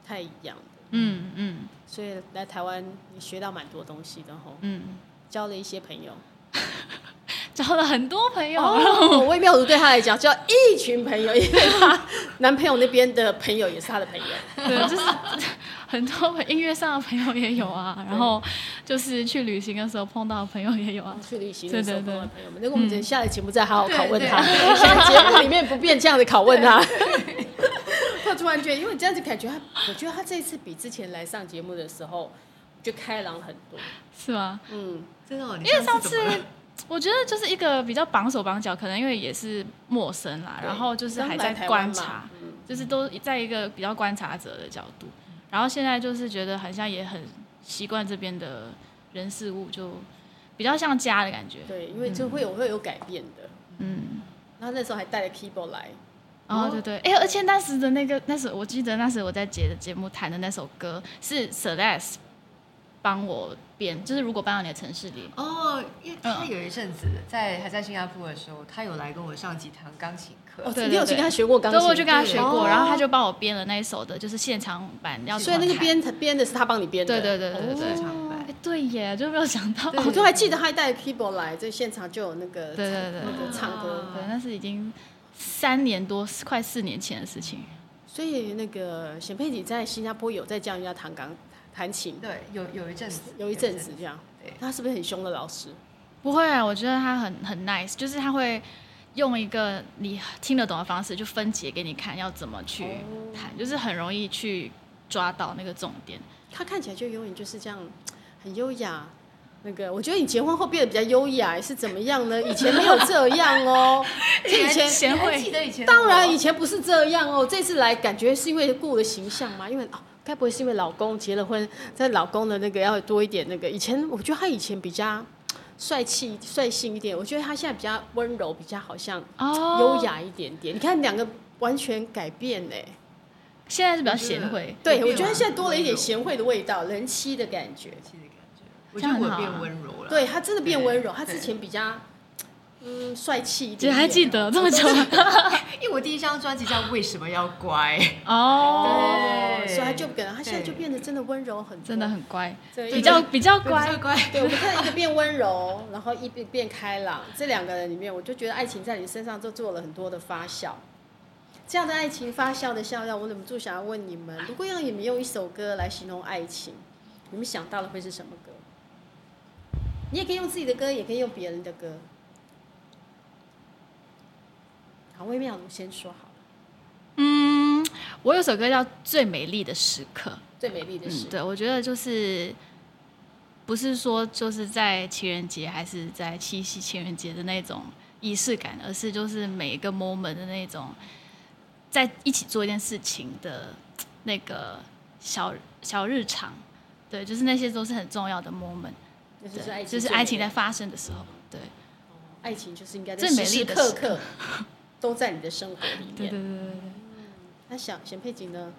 不太一样的。嗯嗯所以来台湾，你学到蛮多东西的吼，嗯，交了一些朋友。交了很多朋友，哦，微妙如对他来讲，交一群朋友，因为他男朋友那边的朋友也是他的朋友。 [LAUGHS] 对，就是 [LAUGHS] 很多朋音乐上的朋友也有啊，然后就是去旅行的时候碰到的朋友也有啊，去旅行的时候对碰对对到的朋友们，那个我们等下的节目再好好对拷问对他，下节目里面不变这样的拷问他。我突然觉得，因为这样子感觉他，我觉得他这一次比之前来上节目的时候就开朗很多。是吗？嗯，真的、哦，你因为上次次怎么了我觉得就是一个比较绑手绑脚，可能因为也是陌生啦，对然后就是刚还来在台湾观嘛察，嗯就是都在一个比较观察者的角度，然后现在就是觉得好像也很习惯这边的人事物，就比较像家的感觉，对，因为就会有会有改变的。嗯。然后那时候还带了 keyboard 来，哦，对对，哎、而且那时的那个，那时我记得那时我在姐的节目弹的那首歌是 Celeste 帮我编，就是如果搬到你的城市里，哦，因为嗯他有一阵子在还在新加坡的时候，他有来跟我上几堂钢琴课。哦，对你有去对跟他学过钢对，琴？我就跟他学过，哦然后他就帮我编了那一首的，就是现场版要所以怎么那个弹编编的是他帮你编的。对对对对对哦现场版哎对耶，就没有想到，哦我都还记得他还带 keyboard 来，在现场就有那个对对对那个唱歌， [LAUGHS] 对，那是已经三年多，快四年前的事情。所以那个显佩你在新加坡有在教人家弹钢弹琴，对，有有一阵子，有一阵子这样对，他是不是很凶的老师？不会啊，我觉得他很很 nice，就是他会用一个你听得懂的方式，就分解给你看要怎么去哦弹，就是很容易去抓到那个重点。他看起来就永远就是这样，很优雅。那个，我觉得你结婚后变得比较优雅，是怎么样呢？以前没有这样哦，这 [LAUGHS] 以前贤你还惠记得以前当然，我以前不是这样哦。这次来感觉是因为顾我的形象嘛，因为哦，该不会是因为老公结了婚，在老公的那个要多一点那个。以前我觉得他以前比较嗯帅气、率性一点，我觉得他现在比较温柔，比较好像哦优。雅一点点。你看两个完全改变呢。现在是比较贤惠，对对，我觉得他现在多了一点温柔贤惠的味道，人妻的感觉。记得感觉，我这觉样得很我好啊变温柔了。对他真的变温柔，对他之前比较嗯帅气一点其点。实还记得这么久因为我第一张专辑叫《为什么要乖》， [LAUGHS] [LAUGHS] 哦，哦，所以他就可能他现在就对变得真的温柔很多，真的很乖，对比较比较对乖。乖。对，我们看一个变温柔，然后一变变开朗，这两个人里面，我就觉得爱情在你身上就做了很多的发酵。这样的爱情发酵的笑料，我忍不住想要问你们：如果让你们用一首歌来形容爱情，你们想到的会是什么歌？你也可以用自己的歌，也可以用别人的歌。好，微妙如先说好了，嗯，我有首歌叫《最美丽的时刻》，最美丽的事嗯，。对，我觉得就是不是说就是在情人节还是在七夕情人节的那种仪式感，而是就是每一个 moment 的那种在一起做一件事情的那个小小日常，对，就是那些都是很重要的 moment，那就对是爱情最美丽的，就是爱情在发生的时候，对，爱情就是应该在最美时丽时的刻时刻都在你的生活里面。 [LAUGHS] 对对对对对。那想显佩景呢？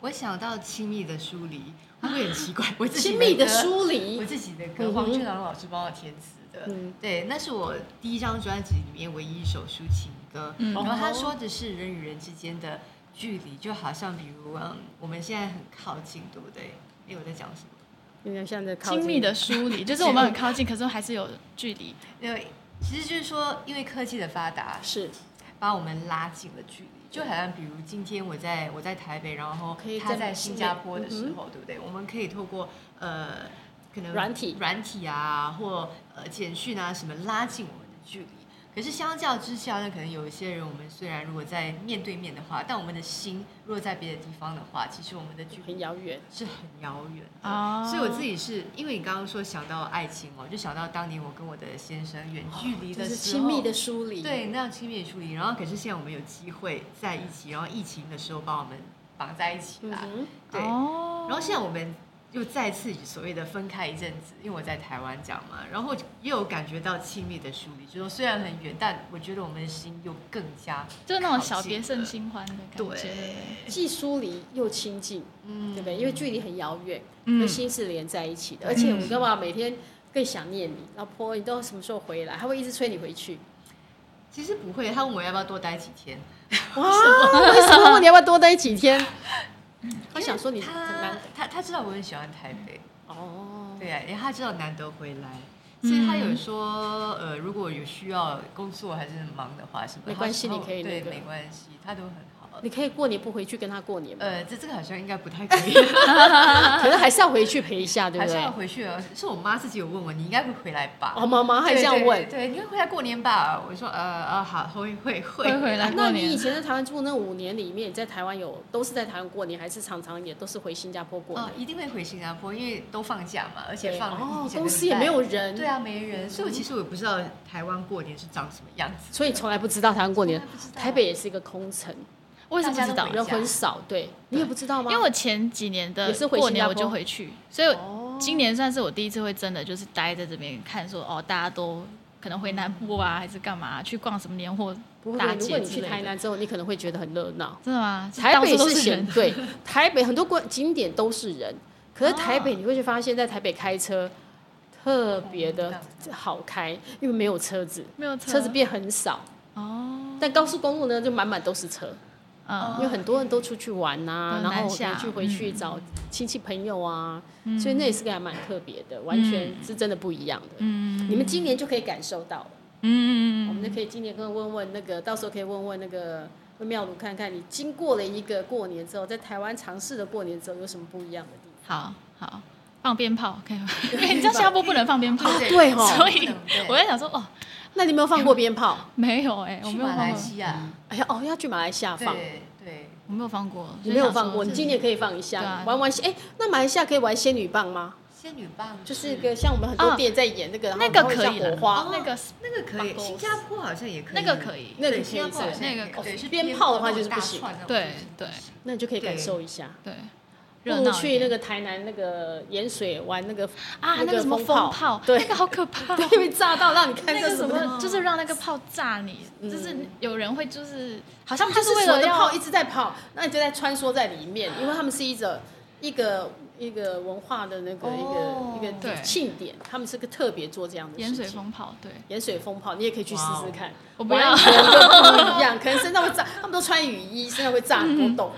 我想到亲密的疏离，会不会很奇怪？我自己亲密的歌疏我离，自己的嗯歌，哼黄俊郎老师帮我填词的。嗯对，那是我第一张专辑里面唯一一首抒情歌。嗯然后他说的是人与人之间的距离，就好像比如嗯，我们现在很靠近，对不对？哎，我在讲什么？有点像在靠近亲密的疏离，就是我们很靠近，可是还是有距离。因为其实就是说，因为科技的发达，是把我们拉近了距离。就好像比如今天我在我在台北，然后可以他在嗯在新加坡的时候，对不对？我们可以透过呃，可能软体软体啊，或呃简讯啊什么拉近我们的距离。可是相较之下呢，可能有一些人，我们虽然如果在面对面的话，但我们的心如果在别的地方的话，其实我们的距离很遥远。是很遥远的。 [LAUGHS] 哦所以我自己是因为你刚刚说想到爱情哦，就想到当年我跟我的先生远距离哦就的时候，是亲密的疏离，，对，那样亲密的处理。然后可是现在我们有机会在一起，然后疫情的时候把我们绑在一起嗯啦。哼，对，哦然后现在我们又再次所谓的分开一阵子，因为我在台湾讲嘛，然后也有感觉到亲密的疏离，就是说虽然很远，但我觉得我们的心又更加就是那种小靠近别胜了新欢的感觉，对对既疏离又亲近，嗯对不对？因为距离很遥远，嗯因为心是连在一起的，而且我干嘛每天更想念你，老婆，你都什么时候回来？他会一直催你回去。其实不会，他问我要不要多待几天，哇，为什么你要不要多待几天？他想说你因为很他难他他知道我很喜欢台北，哦，对啊，因为他知道难得回来，嗯所以他有说，呃，如果有需要工作还是很忙的话，什么没关系他说你可以对，那个没关系，他都很好。你可以过年不回去跟他过年吗？呃，这这个好像应该不太可 [LAUGHS] 以，可是还是要回去陪一下，对还不是对要？回去了。是我妈自己有问我，你应该会回来吧？哦，妈妈还对这样问对，，对，你会回来过年吧？我说，呃呃，好，会会会会回来那过你以年。前在台湾住那五年里面，你在台湾有都是在台湾过年，还是常常也都是回新加坡过哦年？，一定会回新加坡，因为都放假嘛，而且对放了哦一，整个公司礼也拜没有人，对啊，没人，所以我其实我也不知道台湾过年是长什么样子。所以从来不知道台湾过年从来不知。道台北也是一个空城，我也是不知大道家都，回人很少，对你也不知道因吗？为我前几年的也是回过新加年坡我就回去，所以哦今年算是我第一次会真的就是待在这边看说，哦，大家都可能回南部啊，还是干嘛、去逛什么年货不会，大如果街你之去台类的。南之后，你可能会觉得很热闹。真的吗？台到北处都是是显人，对，台北很多观景点都是人，可是台北你会去发现，在台北开车特别哦的好开，因为没有车子，没有车啊车子变很少。哦，但高速公路呢，就满满都是车，因嗯为很多人都出去玩呐、嗯然后回南下去回去嗯找亲戚朋友啊，嗯所以那也是个还蛮特别的，完全是真的不一样的。嗯你们今年就可以感受到了，嗯嗯嗯我们就嗯可以今年跟问问那个，到时候可以问问那个问妙如看看，你经过了一个过年之后，在台湾尝试的过年之后有什么不一样的地方？好好放鞭炮可以 [LAUGHS] 吗？因为你知道新加坡不能放鞭炮，哦对哦 [LAUGHS] 所以对我在想说哦，那你有没有放过鞭炮？没有哎，我去没有马放来过，西亚，哎呀，哦，要去马来西亚放。对对，我没有放过，你没有所以想说放过，你这今年可以放一下，对啊玩玩。哎、那马来西亚可以玩仙女棒吗？仙女棒就是个像我们很多哦店在演那个，然后那个它会可像以哦火了花，那个哦那个可以，棒新加坡好像也可以，那个可以，那个可以对新加坡好像也那个可以对是鞭炮的话就是大不行串那种对就是对不行那你就可以感对受一下。对，不热如闹去那个个台南那个盐水玩那个， [LAUGHS] 啊那个那个什么风炮风炮，对那个好可怕哦，对，被炸到让你看那这个是什什么。么，就是让那个炮炸你，就是嗯有人会就是，好好像他是是为所有了的要炮一直在跑，那你就在穿梭在里面，因为他们是一个一个一个文化的那个一哦个一个对庆典，他们是个特别做这样的盐事水情。风炮，对盐水风炮，你也可以去试哦试看。我不要完，全就不一样，可能身上会炸，他们都穿雨衣，身上会炸很嗯多洞。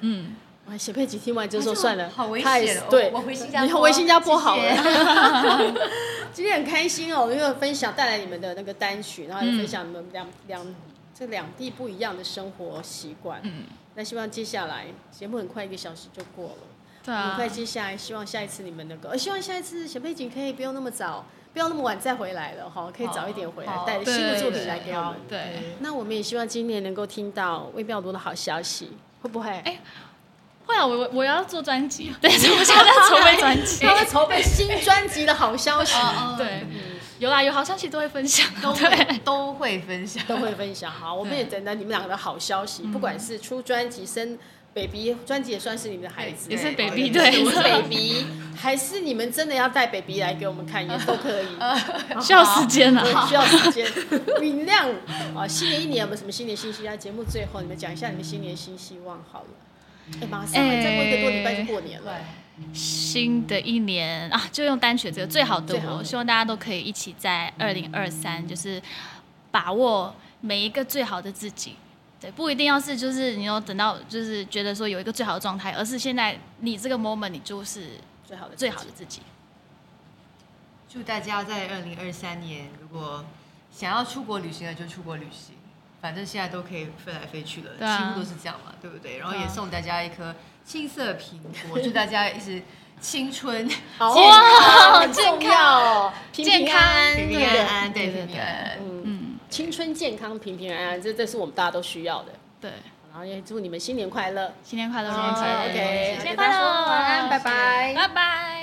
嗯，哇，雪佩琪听完就说算了，好危太险哦，对我，回新加坡，你回新加坡好了谢谢今天很开心哦，因为分享带来你们的那个单曲，然后也嗯分享你们两、两这两地不一样的生活习惯。嗯，那希望接下来节目很快一个小时就过了，对很啊快，接下来希望下一次你们能够，呃，希望下一次雪佩景可以不用那么早，不要那么晚再回来了哈，可以早一点回来，好带着对新的作品来给我们。对。那我们也希望今年能够听到微妙多的好消息，会不会？哎后来我我我要做专辑，对，所以 [LAUGHS] 我现在在筹备专 [LAUGHS] 辑他。会筹备新专辑的好消息，哦哦对，有啦，有好消息都会分享，都对，会 [LAUGHS] 都会分享，都会分享。好，我们也等待你们两个的好消嗯息，不管是出专辑、生 baby，专辑也算是你们的孩子哎也，是对 baby 对我是对， baby，还是你们真的要带 baby 来给我们看也都可 [LAUGHS] 以。呃需要时间我也啊。需要时间酝酿啊！新年一年有没有什么新年新希望？节目最后你们讲一下你们新年新希望好了。哎，马上了再过一个多礼拜就过年了。新的一年啊，就用单曲这个最好的最好我，的希望大家都可以一起在二零二三，就是把握每一个最好的自己。对，不一定要是就是你要等到就是觉得说有一个最好的状态，而是现在你这个 moment 你就是最好的最好的自己。祝大家在二零二三年，如果想要出国旅行的就出国旅行，反正现在都可以飞来飞去了，对啊几乎都是这样嘛，对不对？然后对啊也送大家一颗青色苹果，祝大家一直青春好健哇，康很重要哦，平健平康安平安，平对安安，对对平平安安。嗯，嗯，青春健康，平平安安，这这是我们大家都需要的。对，然然后也祝你们新年快乐，新年快乐，新年快乐好 OK，新给年大快家说乐，晚安，拜拜。拜拜。